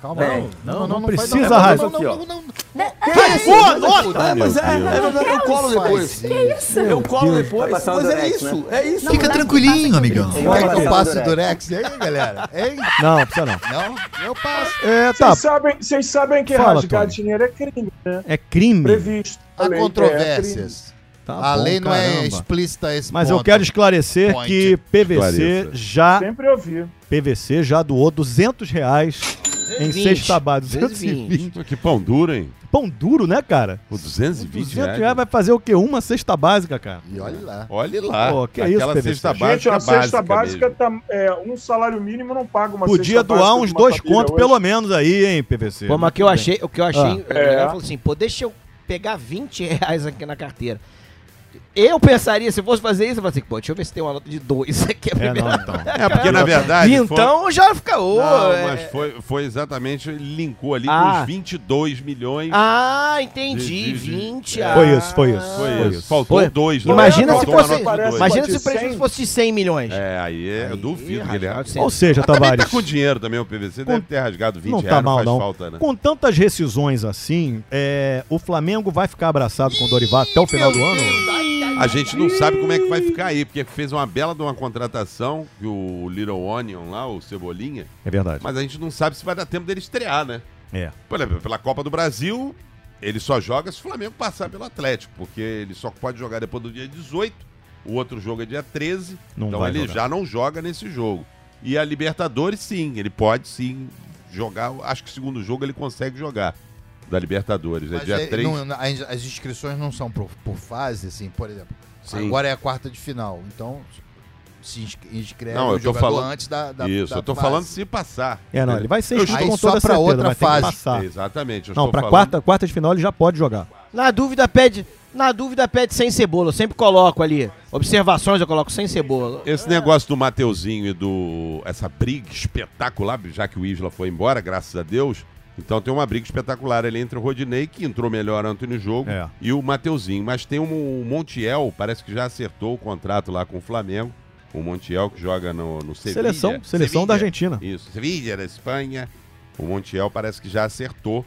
S4: Calma, não. Não, não, faz-
S1: precisa
S4: não,
S1: arrasar.
S4: não, não, não, não, não.
S8: É, mas é, é, verdade, eu colo depois.
S4: Que isso?
S8: Eu colo depois,
S9: Vai passar o
S8: mas é
S9: Durex,
S8: isso,
S10: né?
S8: é isso.
S3: Fica tranquilinho, amigão.
S4: Quer que eu passe o Durex aí, galera? Hein?
S1: Não, precisa não.
S4: Não? Eu passo.
S1: É, tá.
S6: Vocês sabem, vocês sabem que
S1: Fala,
S6: rasgar
S1: Tony.
S6: dinheiro é crime, né?
S1: É crime.
S6: Previsto.
S4: Há
S6: lei, é crime.
S4: controvérsias.
S1: Tá
S4: A
S1: bom,
S4: lei não é
S1: caramba.
S4: explícita a esse
S1: Mas eu
S4: ponto.
S1: quero esclarecer
S4: Point.
S1: que PVC
S5: Esclareça.
S1: já
S6: Sempre ouvi.
S1: PVC já doou 200 reais em
S2: 220.
S1: seis tabados.
S2: 220.
S1: 220.
S5: Que pão duro, hein?
S1: Pão duro, né, cara?
S5: O 220
S1: 200 reais,
S5: né?
S1: vai fazer o quê? Uma cesta básica, cara.
S4: E olha lá.
S5: Olha lá.
S1: Pô, que
S5: Aquela
S1: isso, PVC.
S5: cesta
S6: Gente,
S5: básica
S6: a cesta básica,
S5: mesmo.
S6: tá, é, um salário mínimo não paga uma
S1: Podia
S6: cesta
S1: doar
S6: básica
S1: uns
S6: de uma
S1: dois
S6: família
S1: contos
S6: hoje.
S1: pelo menos aí, hein, PVC.
S2: Pô, mas o que eu achei, o que eu achei,
S6: Ah.
S2: o
S6: É.
S2: cara falou assim, pô, deixa eu pegar 20 reais aqui na carteira. Eu pensaria, se eu fosse fazer isso, eu falaria assim, pô, deixa eu ver se tem uma nota de dois aqui. A
S1: É,
S2: primeira
S1: não, então.
S5: É, porque na verdade.
S2: então já fica, ô,
S5: Foi... Não, mas
S2: é-
S5: foi, foi exatamente. Ele linkou ali com
S2: Ah.
S5: os 22 milhões.
S2: Ah, entendi,
S5: De- de- de-
S2: 20
S5: é.
S2: ah.
S1: Foi isso, foi isso.
S5: Foi
S1: Foi
S5: isso.
S1: isso.
S5: Faltou
S2: Foi.
S5: dois. né?
S2: Imagina
S5: Faltou
S2: se
S5: uma
S2: fosse-
S5: nota de
S6: parece-
S5: dois.
S2: Imagina
S6: Pode
S2: se o prejuízo
S6: 100?
S2: fosse 100 milhões.
S5: É, aí é- eu duvido que ele.
S2: rapaz,
S1: Ou seja,
S5: Mas também
S1: Tavares.
S5: tá com dinheiro também, o PVC deve ter rasgado 20
S1: não
S5: reais,
S1: tá mal,
S5: faz
S1: não.
S5: falta, né?
S1: Com tantas rescisões assim, é, o Flamengo vai ficar abraçado com o Dorival até o final do ano?
S5: A gente não sabe como é que vai ficar aí, porque fez uma bela de uma contratação, que o Little Onion lá, o Cebolinha,
S1: É verdade.
S5: mas a gente não sabe se vai dar tempo dele estrear, né?
S1: É.
S5: Por exemplo, pela Copa do Brasil, ele só joga se o Flamengo passar pelo Atlético, porque ele só pode jogar depois do dia 18, o outro jogo é dia 13,
S1: Não
S5: então
S1: vai
S5: ele
S1: jogar.
S5: já não joga nesse jogo. E a Libertadores, sim, ele pode sim jogar, acho que o segundo jogo ele consegue jogar. Da Libertadores, é
S4: Mas
S5: dia
S4: é-
S5: 3.
S4: não- não- as as inscrições não são por, por fase, assim, por exemplo.
S5: Sim.
S4: Agora é a quarta de final, então se inscre- inscreve
S5: Não, eu
S4: o
S5: tô
S4: jogador
S5: falando-
S4: antes da, é da
S5: Isso,
S4: da
S5: eu tô
S4: fase.
S5: falando se passar.
S1: É, não, ele vai ser
S5: Eu
S1: inscrito
S4: estou-
S1: com
S4: Aí só
S1: toda
S4: pra
S1: certeza,
S4: outra
S1: mas
S4: fase.
S1: tem que passar.
S5: Exatamente. eu
S1: Tá. Não,
S5: estou
S1: pra
S5: falando-
S1: quarta, quarta de final ele já pode jogar.
S2: Na dúvida, pede. Na dúvida, pede sem cebola. Eu sempre coloco ali. Observações eu coloco sem cebola.
S5: Esse negócio do Mateuzinho e do. Essa briga espetacular, já que o Isla foi embora, graças a Deus. Então tem uma briga espetacular ali entre o Rodinei, que entrou melhor ontem no jogo,
S1: É.
S5: e o Mateuzinho. Mas tem um, o Montiel, parece que já acertou o contrato lá com o Flamengo. O Montiel que joga no, no Sevilha.
S1: Seleção- seleção da Argentina.
S5: Isso, Sevilha, da Espanha. O Montiel parece que já acertou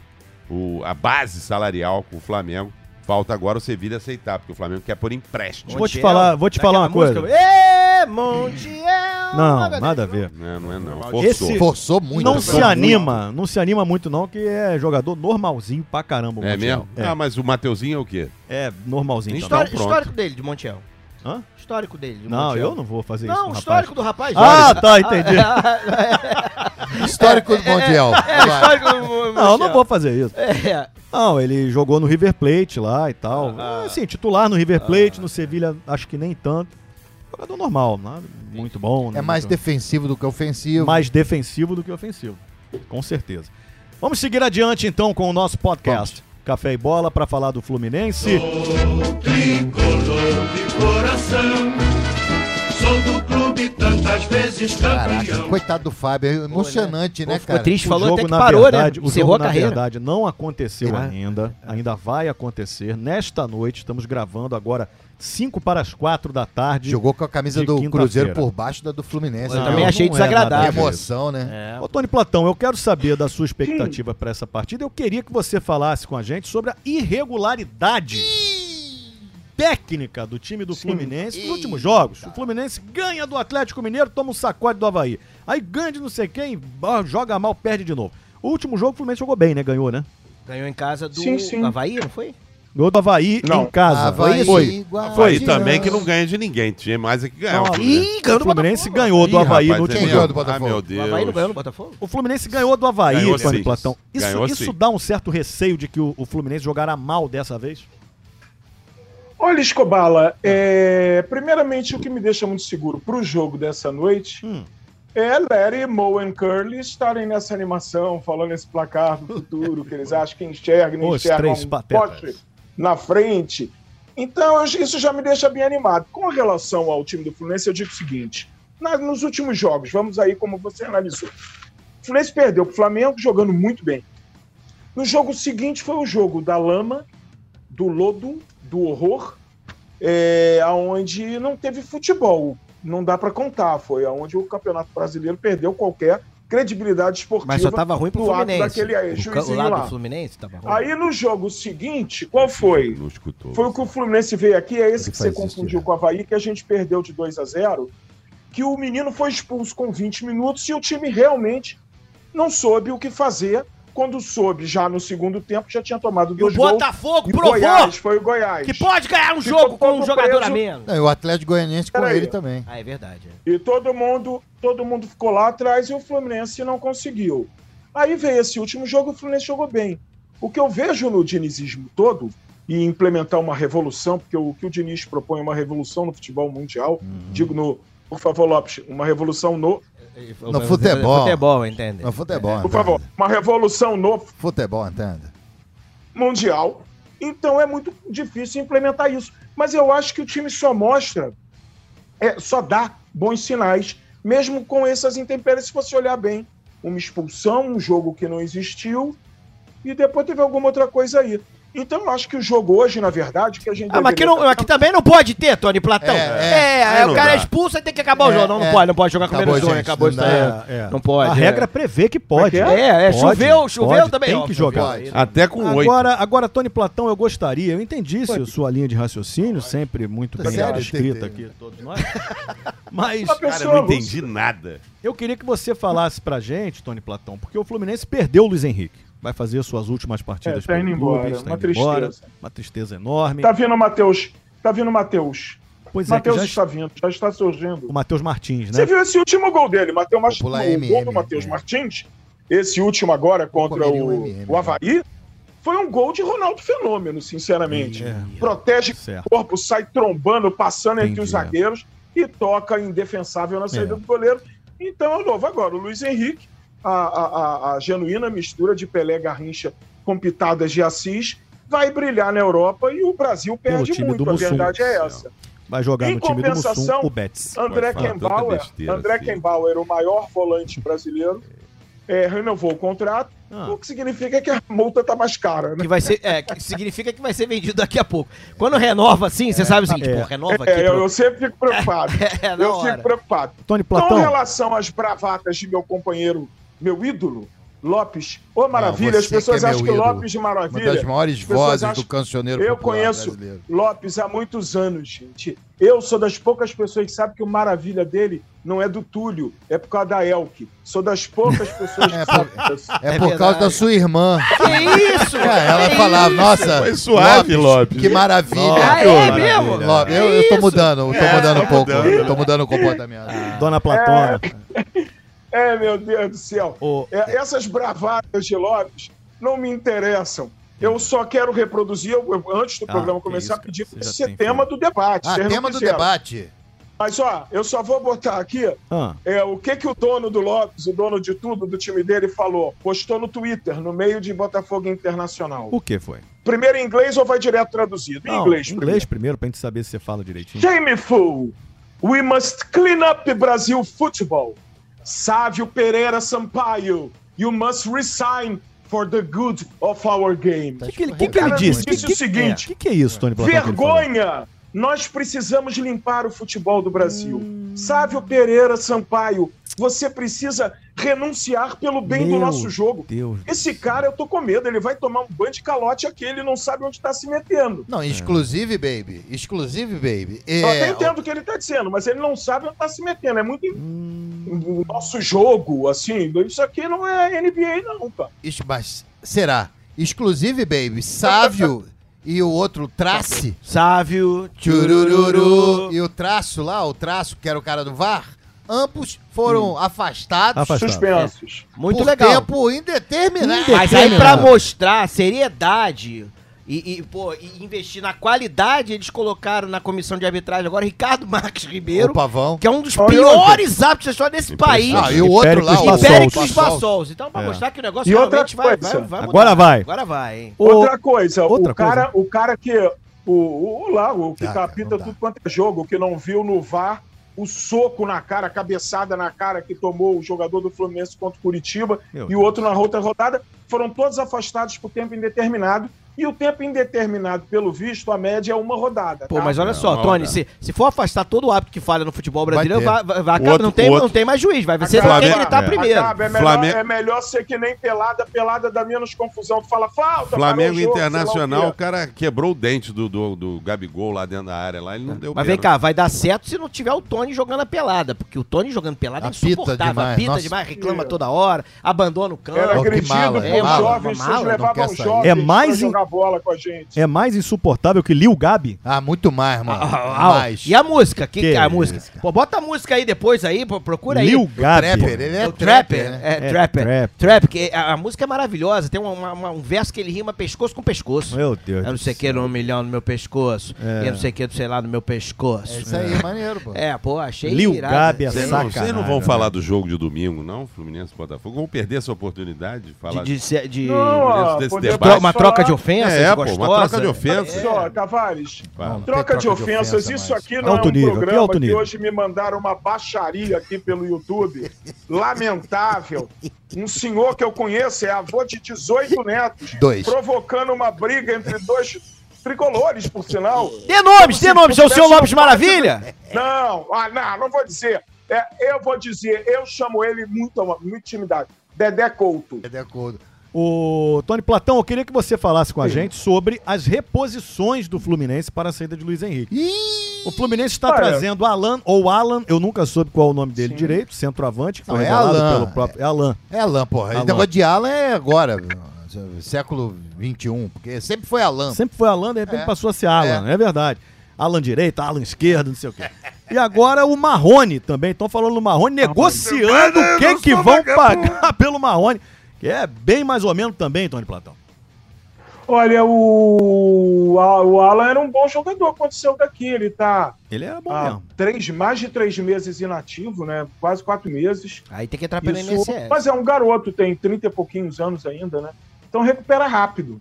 S5: o- a base salarial com o Flamengo. Falta agora o Sevilha aceitar, porque o Flamengo quer por empréstimo.
S1: Vou te falar- vou te falar uma coisa.
S2: Ê, Montiel!
S1: Não, nada a ver.
S5: Não, não é não.
S1: Esse-
S5: Forçou.
S4: Forçou muito.
S1: não
S4: né?
S1: se anima, não se anima muito não, que é jogador normalzinho pra caramba. o
S5: É
S1: Montiel.
S5: mesmo? Ah, mas o Mateuzinho é o quê?
S1: É, é normalzinho.
S5: Então,
S2: Histórico,
S5: pronto.
S2: histórico dele, de Montiel.
S1: Hã?
S2: Histórico dele, de
S1: Não,
S2: Montiel.
S1: eu não vou fazer isso.
S2: Não,
S1: com
S2: o
S1: o
S2: histórico do rapaz.
S1: Ah, tá, entendi.
S4: Histórico do Mondial.
S2: É, histórico do Montiel.
S1: Não, eu não vou fazer isso.
S2: É,
S1: Não, ele jogou no River Plate lá e tal. assim, titular no River Plate, no Sevilha acho que nem tanto. Jogador normal, nada muito bom.
S4: É mais
S1: muito-
S4: defensivo do que ofensivo.
S1: mais defensivo do que ofensivo. Com certeza. Vamos seguir adiante então com o nosso podcast. Café e bola para falar do Fluminense.
S7: Tricolor de coração, sou do clube tantas vezes
S4: Caraca,
S7: campeão.
S4: coitado do Fábio. É emocionante, né,
S2: ficou
S4: cara?
S2: é triste, falou
S1: o jogo,
S2: até que
S1: na
S2: parou,
S1: verdade,
S2: né?
S1: O
S2: Encerrou
S1: jogo,
S2: a
S1: na
S2: carreira.
S1: verdade, não aconteceu
S2: Ah.
S1: ainda. Ainda vai acontecer nesta noite. Estamos gravando agora 5 para as 4 da tarde.
S4: Jogou com a camisa
S1: De
S4: do
S1: quinta-feira.
S4: Cruzeiro por baixo da do Fluminense.
S2: Eu
S4: né?
S2: também
S1: não
S2: achei
S1: é nada
S4: Que
S2: desagradável.
S4: emoção, né?
S1: Ô, Tony Platão, eu quero saber da sua expectativa para essa partida. Eu queria que você falasse com a gente sobre a irregularidade técnica do time do Fluminense nos últimos jogos. O Fluminense ganha do Atlético Mineiro, toma um sacode do Havaí. Aí ganha de não sei quem, ah, joga mal, perde de novo. O último jogo o Fluminense jogou bem, né? Ganhou, né?
S2: Ganhou em casa do
S6: Sim, sim.
S2: Havaí, não foi?
S1: Ganhou do Havaí
S6: Não.
S1: em casa.
S4: Havaí,
S1: Foi.
S2: Ah,
S5: Havaí
S4: Guardiões.
S5: também que não ganha de ninguém. Tinha mais é que ganhar. o Fluminense.
S2: ganhou
S1: O Fluminense ganhou do
S5: Ih,
S1: Havaí
S5: rapaz,
S1: no último
S5: é
S1: jogo.
S4: ganhou
S5: meu-
S4: do Botafogo?
S5: Ah, meu
S2: O Havaí não ganhou
S5: Deus.
S2: no Botafogo?
S1: O Fluminense ganhou do Havaí,
S5: Ganhou
S1: Tony
S5: sim.
S1: Platão. Isso,
S5: Ganhou
S1: isso
S5: sim.
S1: dá um certo receio de que o, o Fluminense jogará mal dessa vez?
S6: Olha, Escobala, é, primeiramente o que me deixa muito seguro para o jogo dessa noite
S1: Hum.
S6: é Larry, Moe e Curly estarem nessa animação, falando esse placar do futuro, que eles acham que enxergam, não
S1: Os
S6: enxergam
S1: três patetas.
S6: na frente. Então, eu- isso já me deixa bem animado. Com relação ao time do Fluminense, eu digo o seguinte: na- nos últimos jogos, vamos aí como você analisou. O Fluminense perdeu para o Flamengo jogando muito bem. No jogo seguinte foi o jogo da lama, do lodo, do horror, é, aonde não teve futebol. Não dá para contar. Foi aonde o Campeonato Brasileiro perdeu qualquer credibilidade esportiva.
S2: Mas só tava ruim pro
S6: do ato
S2: Fluminense.
S6: daquele
S2: O
S6: aí,
S2: ca- o
S6: juizinho
S2: lado
S6: lá.
S2: do Fluminense tava ruim.
S6: Aí no jogo seguinte, qual foi?
S5: Não escutou.
S6: Foi o que o Fluminense veio aqui, é esse
S4: Ele faz
S6: que você
S4: isso né?
S6: confundiu
S4: direto.
S6: com o Havaí, que a gente perdeu de 2 a 0 que o menino foi expulso com 20 minutos e o time realmente não soube o que fazer. Quando soube, já no segundo tempo, já tinha tomado
S2: E o
S6: dois gols.
S2: Botafogo
S6: E
S2: provou
S6: Goiás, foi o Goiás.
S2: que pode ganhar um
S6: Ficou
S2: jogo com um
S6: todo
S2: jogador
S6: preso.
S2: a menos.
S4: Não, e o Atlético Goianiense com
S6: Peraí.
S4: ele também.
S2: Ah, é verdade. é.
S6: E todo mundo, todo mundo ficou lá atrás e o Fluminense não conseguiu. Aí veio esse último jogo e o Fluminense jogou bem. O que eu vejo no dinizismo todo, e implementar uma revolução, porque o que o Diniz propõe é uma revolução no futebol mundial, digo no, por favor, Lopes, uma revolução no,
S4: No futebol.
S2: Futebol, entende?
S4: No futebol,
S6: por
S4: entende?
S6: favor, uma revolução no
S4: Futebol, entende?
S6: mundial. Então é muito difícil implementar isso. Mas eu acho que o time só mostra, é, só dá bons sinais, mesmo com essas intempéries, se você olhar bem. Uma expulsão, um jogo que não existiu, e depois teve alguma outra coisa aí. Então eu acho que o jogo hoje, na verdade, que a gente.
S2: Ah, mas aqui,
S6: deveria tá-
S2: não, aqui também não pode ter, Tony Platão.
S4: É,
S2: É,
S4: é.
S2: aí
S5: Aí
S2: o
S5: não
S2: cara é
S5: dá.
S2: expulso e tem que acabar o
S4: É,
S2: jogo. Não, não
S4: é.
S2: pode, não pode jogar com
S4: Acabou,
S2: menos um,
S4: gente,
S2: acabou
S4: não
S2: isso
S4: dá.
S2: daí.
S1: É, é.
S2: Não pode.
S1: A regra prevê que pode. né?
S6: Como é que
S2: É, é,
S1: Pode,
S2: choveu, choveu
S1: pode,
S2: também.
S1: Tem
S2: ó,
S1: que jogar.
S4: Pode.
S5: Até com Um oito.
S1: Agora, agora, Tony Platão, eu gostaria, eu entendi seu- sua linha de raciocínio, sempre muito
S4: Tá
S1: bem
S4: sério,
S1: escrita
S4: Tete?
S1: aqui, todos nós. Mas
S6: Uma
S5: Cara, eu
S6: pessoa
S5: não entendi nada.
S1: eu queria que você falasse pra gente, Tony Platão, porque o Fluminense perdeu o Luiz Henrique. Vai fazer suas últimas partidas
S6: É, tá indo embora, uma tristeza.
S1: uma tristeza enorme.
S6: Tá vindo o Matheus. Tá vindo o Matheus.
S1: pois é, que
S6: Matheus
S1: já
S6: está vindo, já está surgindo.
S1: o Matheus Martins,
S6: Você
S1: né?
S6: viu esse último gol dele, Matheus Mach...
S4: pular
S6: o gol
S4: MM,
S6: do Matheus
S4: é.
S6: Martins, esse último agora contra
S4: comeria um
S6: o,
S4: MM,
S6: o Havaí, foi um gol de Ronaldo Fenômeno, sinceramente.
S1: É.
S6: Protege
S1: Certo.
S6: o corpo, sai trombando, passando entre
S1: Entendi,
S6: os
S1: é.
S6: zagueiros e toca indefensável na saída
S1: É.
S6: do goleiro. Então eu louvo agora o Luiz Henrique, a, a- a- a genuína mistura de Pelé Garrincha com pitadas de Assis, vai brilhar na Europa e o Brasil perde
S1: time
S6: muito,
S1: do
S6: a
S1: Mussum.
S6: verdade é essa.
S1: Vai jogar
S6: Em
S1: no time do Mussum,
S6: compensação, tá
S1: o Betis.
S5: Pode
S6: André
S5: falar tanta
S6: Kembauer,
S5: besteira
S6: André
S5: assim.
S6: Kembauer, o maior volante brasileiro, é, renovou o contrato,
S1: Ah.
S6: o que significa que a multa tá mais cara, né?
S2: Que vai ser, é, que significa que vai ser vendido daqui a pouco. Quando renova assim, você sabe o seguinte,
S1: é.
S2: pô, renova aqui.
S6: É, eu,
S2: pro-
S6: eu sempre fico preocupado.
S2: É, na
S6: eu
S2: hora.
S6: fico preocupado.
S1: Tony
S6: Com
S1: Platão,
S6: relação às bravatas de meu companheiro, meu ídolo, Lopes, ô maravilha,
S4: você
S6: as pessoas
S4: que é meu
S6: acham que o
S4: ídolo.
S6: Lopes de
S4: Uma
S6: maravilha.
S4: das maiores
S6: As pessoas
S4: vozes
S6: acham-
S4: do cancioneiro
S6: Eu
S4: popular
S6: conheço
S4: brasileiro.
S6: Lopes há muitos anos, gente. Eu sou das poucas pessoas que sabe que o maravilha dele não é do Túlio, é por causa da Elke. Sou das poucas pessoas
S4: É,
S6: que sabem disso.
S4: É,
S2: É
S4: por causa
S2: verdade.
S4: da sua irmã.
S2: Que isso?
S4: Cara, É, ela
S2: Que
S4: falava,
S2: isso?
S4: nossa.
S5: Foi suave, Lopes.
S4: Que maravilha.
S2: Ah, é mesmo?
S4: Lopes, eu, eu tô mudando, eu tô
S5: É,
S4: mudando
S5: tá
S4: um pouco.
S5: mudando,
S4: eu Tô mudando o comportamento.
S1: Dona Platão.
S6: É, meu Deus do céu.
S1: Ô,
S6: É, essas bravatas de Lopes não me interessam. Eu só quero reproduzir, eu- eu- antes do
S1: Ah,
S6: programa
S1: que
S6: começar,
S1: isso, cara.
S6: pedir
S1: Você
S6: para
S1: já
S6: ser
S1: tem
S6: tema do debate.
S4: Ah,
S6: Vocês não
S4: tema do
S6: quiseram.
S4: debate.
S6: Mas, ó, eu só vou botar aqui
S1: ah,
S6: é, o que, que o dono do Lopes, o dono de tudo do time dele, falou. Postou no Twitter, no meio de Botafogo Internacional.
S1: o que foi?
S6: Primeiro em inglês ou vai direto traduzido? Em
S1: Não,
S6: inglês.
S1: inglês primeiro, pra gente saber se você fala direitinho.
S6: Shameful. We must clean up Brazil football. Sávio Pereira Sampaio, you must resign for the good of our game.
S1: O que, que ele- que que ele
S6: Cara,
S1: disse?
S6: disse o
S1: Que- que-
S6: seguinte.
S1: é, que, que é isso, Tony Platão? que ele falou?
S6: Vergonha! Nós precisamos limpar o futebol do Brasil. Sávio Pereira Sampaio, Você precisa renunciar pelo bem do
S1: Meu
S6: nosso jogo.
S1: Deus do
S6: Esse cara, eu tô com medo, ele vai tomar um banho de calote aqui, ele não sabe onde tá se metendo.
S2: É.
S4: Não, exclusive, baby. Exclusive, baby.
S6: Eu até
S4: É,
S6: entendo o que ele tá dizendo, mas ele não sabe onde tá se metendo. É muito. O nosso jogo, assim, isso aqui não é NBA, não, cara.
S4: Ixi, mas será? Exclusive, baby. Sávio e o outro Trace.
S2: Sávio,
S4: Tchurururu.
S2: tchurururu.
S4: E o traço lá, o traço, que era o cara do VAR. Ambos foram afastados.
S1: Afast- Afastado.
S6: Suspensos.
S2: Hum.
S1: É.
S2: Muito
S4: por
S2: legal.
S4: tempo né? indeterminado.
S2: Mas aí, pra
S1: Determinado.
S2: mostrar seriedade e, e, pô, e investir na qualidade, eles colocaram na comissão de arbitragem agora Ricardo Marques Ribeiro,
S4: O pavão.
S2: que é um dos
S6: Olha
S2: piores árbitros da história desse país.
S4: Ah, e o outro lá,
S1: Ibéricos
S4: o
S2: Ibéricos
S4: Bassols.
S2: Vassols. Então, pra
S1: É.
S2: mostrar que o negócio
S6: E outra
S2: realmente vai, vai,
S6: coisa.
S2: vai mudar.
S1: Agora vai.
S2: Agora vai, hein?
S1: O-
S6: Outra coisa,
S1: outra
S6: o cara, o cara que o, o- o lá, o que
S4: Dá, Ah, cara,
S6: capita
S4: não dá.
S6: tudo quanto é jogo, que não viu no VAR o soco na cara, a cabeçada na cara que tomou o jogador do Fluminense contra o Curitiba
S1: Meu
S6: e o outro na outra rodada, foram todos afastados por tempo indeterminado. E o tempo indeterminado, pelo visto, a média é uma rodada.
S2: Pô,
S6: tá?
S2: mas olha só,
S5: não,
S2: Tony,
S5: cara.
S2: se, se for afastar todo o hábito que falha no futebol brasileiro,
S4: ter.
S2: vai, vai, vai-
S5: O
S2: acaba-
S5: outro-
S2: não, tem,
S5: o outro-
S2: não tem mais juiz, vai ser
S6: Acaba,
S2: quem
S5: Flamengo-
S2: gritar
S5: é.
S2: primeiro.
S6: Acaba, é, melhor,
S5: Flamengo-
S6: é melhor ser que nem pelada, pelada dá menos confusão. Fala falta,
S5: Flamengo
S6: para o jogo, sei
S5: Internacional,
S6: lá
S5: o
S6: o quê.
S5: cara quebrou o dente do, do, do Gabigol lá dentro da área. Lá, ele não deu
S2: É. Mas vem
S5: pênalti.
S2: cá, vai dar certo se não tiver o Tony jogando a pelada, porque o Tony jogando pelada é
S4: Apita
S2: insuportável.
S4: demais,
S2: Apita demais,
S4: nossa.
S2: reclama toda hora, abandona o
S6: Era
S4: Ó,
S2: campo.
S4: que
S6: agredido
S4: mala,
S6: por
S4: é mala,
S6: jovens,
S2: mala,
S6: vocês
S2: não
S4: quer
S6: levavam
S4: sair.
S6: jovens
S1: É mais
S6: pra
S1: em-
S6: jogar bola com a gente.
S2: um
S1: É mais insuportável que Lil Gabi.
S4: Ah, muito mais, mano. mais.
S2: ah, E a música? Que,
S1: Que
S2: que é a
S1: isso,
S2: música? Pô, bota a música aí depois aí, pô, procura aí.
S1: Lil Gabi.
S4: Trapper, ele
S2: É
S4: é
S2: o Trapper,
S4: né?
S2: é,
S1: É,
S2: Trapper.
S1: Trap.
S2: Trap, que a, a música é maravilhosa, tem uma- uma- uma- um verso que ele rima pescoço com pescoço.
S1: Meu Deus.
S2: Eu não sei o que, um milhão no meu pescoço.
S1: É.
S2: Eu não sei o que, sei lá, no meu pescoço.
S4: É isso aí, maneiro, pô.
S2: É, pô, achei
S1: Lil
S2: irado.
S1: Gabi é
S5: Vocês não,
S1: sacanagem.
S5: vocês não vão falar
S2: né?
S5: do jogo de domingo, não? Fluminense e Botafogo. Vão perder essa oportunidade de falar.
S2: De, de- é de-
S6: Não, ó,
S5: desse
S6: podemos
S5: debate.
S2: Tro- uma
S6: falar-
S2: troca de ofensas
S5: É, pô, uma
S2: gostosa. né?
S5: troca de ofensas.
S6: Ó, Tavares,
S5: Fala.
S6: troca
S4: tem
S6: de ofensas, isso
S4: mais.
S6: aqui não
S1: Alto
S6: é um
S1: nível, aqui é
S6: programa
S1: alto
S6: que
S1: nível.
S6: hoje me mandaram uma baixaria aqui pelo YouTube. Lamentável. Um senhor que eu conheço, é avô de 18 netos,
S4: Dois.
S6: provocando uma briga entre dois tricolores, por sinal.
S2: Dê nomes, dê nomes, é o seu Lopes Maravilha?
S6: Não, ah, não, não vou dizer. É, eu vou dizer, eu chamo ele muito, muito intimidade. Dedé Couto.
S4: É de acordo.
S1: O Tony Platão, eu queria que você falasse com a gente sobre as reposições do Fluminense para a saída de Luiz Henrique. O Fluminense está
S6: Olha.
S1: trazendo Alan, ou Alan, eu nunca soube qual é o nome dele direito, centroavante, que foi
S4: Não, é
S1: revelado
S4: Alan.
S1: pelo próprio. É Alan.
S4: É Alain, porra.
S1: Alain.
S4: Esse negócio de Alan é agora, século XXI, porque sempre foi Alan.
S1: Sempre foi Alan, de repente
S4: É.
S1: passou a ser Alan, é. verdade. Alan direita, Alan esquerda, não sei o quê. E agora o Marrone também. Estão falando do Marrone, negociando o que, que vão pagar pelo Marrone. Que é bem mais ou menos também, Tony Platão.
S6: Olha, o, a- o Alan era um bom jogador quando saiu daqui. Ele tá está
S1: Ele era bom
S6: há
S1: mesmo.
S6: Ah, três, mais de três meses inativo, né? Quase quatro meses.
S2: Aí tem que entrar pelo
S6: Isso,
S2: INSS.
S6: mas é um garoto, tem 30 e pouquinhos anos ainda, né? Então recupera rápido.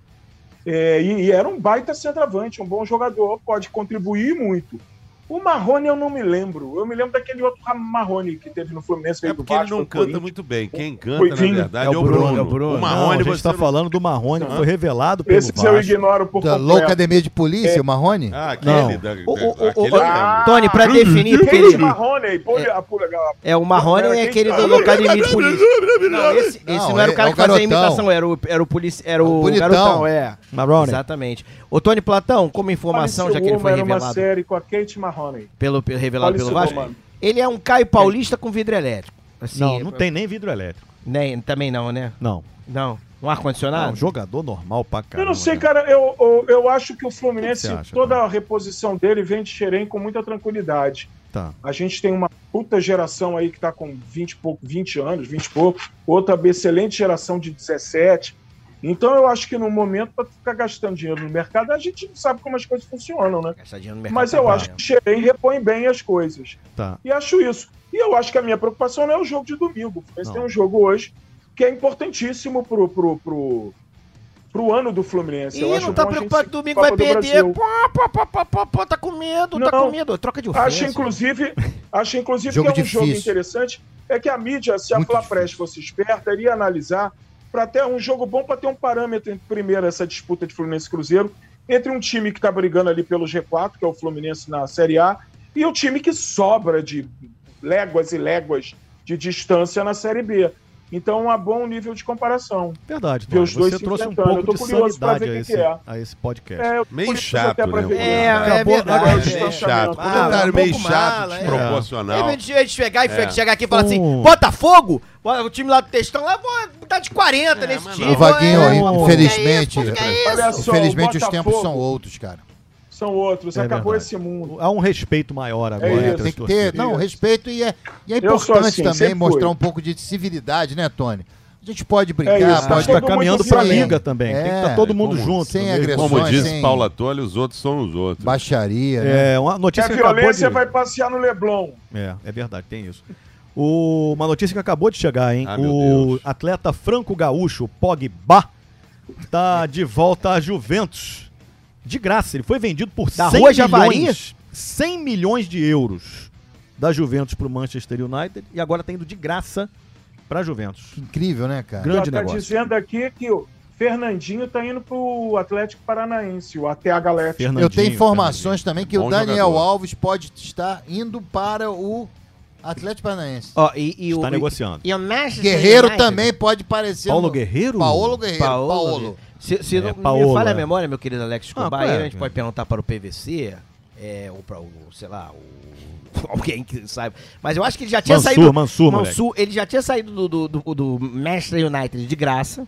S6: É, e, e era um baita centroavante, um bom jogador, pode contribuir muito. O Marrone eu não me lembro. Eu me lembro daquele outro Marrone que teve no Fluminense.
S5: É
S6: veio do
S5: porque ele
S6: Vasco,
S5: não
S6: do
S5: canta
S6: Corinthians.
S5: muito bem. Quem canta, na
S6: Ruivinho.
S5: verdade,
S1: É o Bruno,
S2: é o Bruno.
S5: O
S1: Não, a
S5: Marrone,
S1: gente
S5: você
S1: está
S5: não- tá
S1: falando do Marrone, que
S6: Não.
S1: foi revelado pelo
S6: Esse é eu
S1: Vasco.
S6: ignoro por
S4: Da
S2: Tá
S6: completo.
S4: louca academia de polícia,
S6: É.
S4: o Marrone?
S5: Ah,
S1: Não.
S5: aquele da...
S2: O- o- o- Ah,
S5: aquele
S2: o-
S5: é eu lembro.
S2: Tony, pra definir,
S6: Quem é
S2: querido.
S6: Marrone? Poli- a- a-
S2: É, o Marrone
S6: Não,
S2: é
S6: quem
S2: aquele do
S6: fala?
S2: local de mim de polícia. Não, esse, esse
S4: Não,
S2: não, era
S4: é-
S2: o cara
S4: é o
S2: que fazia a
S4: garotão.
S2: imitação, era o, era o polícia, era
S4: O
S2: o,
S4: bonitão.
S2: garotão, é.
S1: Marrone.
S2: Exatamente. Ô, Tony Platão, como informação,
S6: Alice
S2: já que ele foi
S6: Woman era uma
S2: revelado
S6: série com a Kate Marrone.
S2: pelo, pelo- revelado
S6: Alice
S2: pelo Vasco,
S6: Woman.
S2: ele é um Caio Paulista com vidro elétrico. Assim,
S1: Não, não tem nem vidro elétrico.
S2: Nem, também não, né?
S1: Não.
S2: Não. Um
S1: Ah,
S2: ar-condicionado?
S1: um jogador normal pra caramba.
S6: Eu não sei,
S1: né?
S6: cara, eu, eu, eu acho que o
S1: O
S6: Fluminense,
S1: que que você acha,
S6: toda a reposição dele vem de Xerém com muita tranquilidade.
S1: Tá.
S6: A gente tem uma puta geração aí que tá com 20, e pouco, 20 anos, 20 e pouco, outra excelente geração de 17. Então eu acho que no momento, para ficar gastando dinheiro no mercado, a gente não sabe como as coisas funcionam, né?
S2: Gastar dinheiro no mercado
S6: Mas eu
S2: tá
S6: acho
S2: bom,
S6: que o Xerém repõe bem as coisas.
S1: Tá.
S6: E acho isso. E eu acho que a minha preocupação não é o jogo de domingo. Esse
S1: Não.
S6: tem um jogo hoje que é importantíssimo pro, pro, pro, pro ano do
S2: né?
S6: Fluminense. eu
S2: Ih,
S6: acho
S2: não tá
S6: bom a gente
S2: preocupado,
S6: ser
S2: domingo
S6: Copa
S2: vai
S6: do
S2: perder.
S6: Brasil.
S2: Pô, pô, pô, pô, pô, pô, tá com medo, tá
S6: Não.
S2: com medo. Troca de ofensa.
S6: Acho, inclusive, acho, inclusive
S4: Jogo
S6: que é um jogo
S4: difícil.
S6: interessante. É que a mídia, se a
S4: Muito
S6: Flapresh fosse esperta, iria analisar para ter um jogo bom, para ter um parâmetro, entre, primeiro, essa disputa de Fluminense e Cruzeiro, entre um time que está brigando ali pelo G4, que é o Fluminense na Série A, e o time que sobra de léguas e léguas de distância na Série B. Então, um bom nível de comparação.
S1: Verdade,
S6: Porque
S1: Flávio,
S6: os dois
S1: você
S6: se
S1: trouxe um
S6: enfrentando. Eu
S1: pouco de
S6: tô curioso pra
S1: sanidade
S6: ver
S1: a
S6: quem
S1: esse,
S6: que é.
S1: a esse podcast.
S6: É, eu tô
S5: Meio
S6: curioso
S5: chato,
S6: até
S5: né,
S6: pra ver
S5: Rodrigo?
S6: quem
S2: É,
S1: Acabou
S2: é
S1: agora o
S2: verdade.
S5: Meio
S2: é.
S5: chato,
S2: Ah,
S5: comentário
S2: um
S5: meio
S2: pouco
S5: chato,
S2: mala, é. Aí
S5: desproporcional.
S2: a gente- a gente chegar e
S5: É.
S2: chegar aqui e falar
S1: Um-
S2: assim, Botafogo, Bota- o time lá do Textão, lá vou dar de
S1: É,
S2: 40 nesse
S5: mas
S2: time.
S5: não.
S4: O Vaguinho,
S2: é,
S1: pô,
S4: infelizmente.
S2: que é isso?
S6: Olha só,
S4: Infelizmente,
S6: o
S4: Então, os tempos
S6: Botafogo
S4: são outros, cara.
S6: São outros,
S1: É
S6: acabou
S1: verdade.
S6: esse mundo.
S1: Há um respeito maior agora.
S6: É isso. assim.
S1: entre
S4: Tem
S1: as
S4: que ter,
S1: torcidas.
S4: não, respeito e é, e é
S6: Eu sou
S4: importante
S6: assim,
S4: também
S6: sempre
S4: mostrar
S6: fui.
S4: um pouco de civilidade, né, Tony? A gente pode brincar,
S6: É isso,
S1: Mas
S4: pode
S1: tá
S6: todo mundo
S1: caminhando pra
S4: sem-
S1: liga também. Tem que estar
S4: é,
S1: todo mundo
S5: como-
S1: junto.
S4: sem
S1: no mesmo-
S4: agressão.
S5: Como diz
S4: sem-
S5: Paula Tolle, os outros são os outros.
S4: baixaria, né?
S1: É, uma
S6: Que
S1: notícia
S6: a
S1: que acabou
S6: violência
S1: de...
S6: vai passear no Leblon.
S1: É, é verdade, tem isso. O- Uma notícia que acabou de chegar, hein?
S5: Ah, meu
S1: o
S5: Deus.
S1: atleta Franco Gaúcho, Pogba, tá de volta à Juventus. De graça, ele foi vendido por
S2: Da
S1: 100
S2: Rua Javari?
S1: milhões, 100 milhões de euros da Juventus pro Manchester United e agora tá indo de graça pra Juventus.
S4: Incrível, né, cara?
S1: Grande
S6: Já tá
S1: negócio.
S6: dizendo aqui que o Fernandinho tá indo pro Atlético Paranaense, o ATH Galete.
S4: Eu
S1: Fernandinho, É
S4: tenho informações também que
S5: Bom
S4: o Daniel
S5: jogador.
S4: Alves pode estar indo para o Atlético Paranaense.
S2: Ó, e, e
S1: Fernandinho.
S2: o,
S1: Está tá negociando.
S2: e o Manchester
S4: Guerreiro
S2: United-
S4: também pode parecer.
S1: Paulo
S4: no-
S1: Guerreiro?
S4: Paolo Guerreiro. Paolo.
S2: Se, se
S1: É,
S2: não
S1: Paolo,
S2: me falha
S1: é.
S2: a memória, meu querido Alex Escobar,
S1: Ah,
S2: aí
S1: qual é?
S2: a
S4: né?
S2: gente pode perguntar para o PVC, é, ou para o, sei lá, o, alguém que saiba. Mas eu acho que ele já tinha
S1: Mansur,
S2: saído.
S1: Mansur,
S2: ele já tinha saído do, do, do, do Manchester United de graça.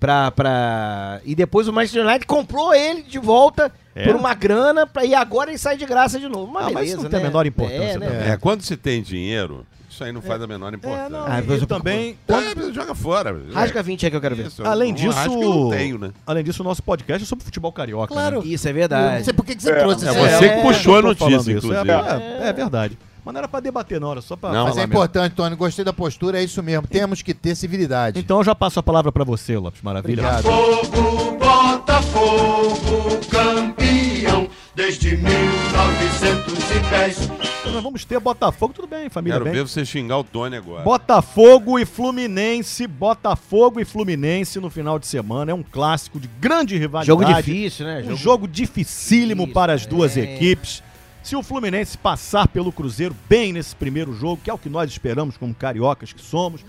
S2: Pra, pra... E depois o Manchester United comprou ele de volta
S1: É?
S2: por uma grana pra... e agora ele sai de graça de novo. Mas
S1: Ah, mas
S2: beleza,
S1: isso não
S2: né?
S1: tem a menor importância
S2: É, né?
S1: também.
S5: É, quando se tem dinheiro, isso aí não faz a menor
S1: É, não,
S5: importância.
S2: Ah,
S1: e
S2: mas eu-
S1: também... tá
S5: É, joga fora. É
S2: Rasga 20 aí que eu quero ver.
S5: Isso,
S1: Além
S5: um
S1: disso,
S5: rasgo eu não tenho, né?
S1: além disso, o nosso podcast é sobre futebol carioca.
S4: Claro.
S1: né?
S2: Isso é
S4: Não
S2: verdade.
S4: sei por que, que você
S6: É,
S4: trouxe
S5: é
S4: esse
S5: você que
S4: É,
S5: puxou a
S1: eu tô falando
S5: notícia,
S1: isso,
S5: inclusive.
S1: É, é- é verdade. Mas não era pra debater, não, era só pra
S5: Não,
S4: Mas é
S5: Parlamento.
S4: importante, Tony. Gostei da postura, é isso mesmo. Temos que ter civilidade.
S1: Então eu já passo a palavra pra você, Lopes Maravilha.
S4: Obrigado.
S7: Fogo, Botafogo, campeão desde 1910.
S1: Então nós vamos ter Botafogo, tudo bem, família
S5: Quero
S1: bem.
S5: ver você xingar o Tony agora.
S1: Botafogo e Fluminense, Botafogo e Fluminense no final de semana. É um clássico de grande rivalidade.
S2: Jogo difícil, né?
S1: Um jogo dificílimo
S2: Isso,
S1: para as duas
S2: é.
S1: equipes. Se o Fluminense passar pelo Cruzeiro bem nesse primeiro jogo, que é o que nós esperamos como cariocas que somos,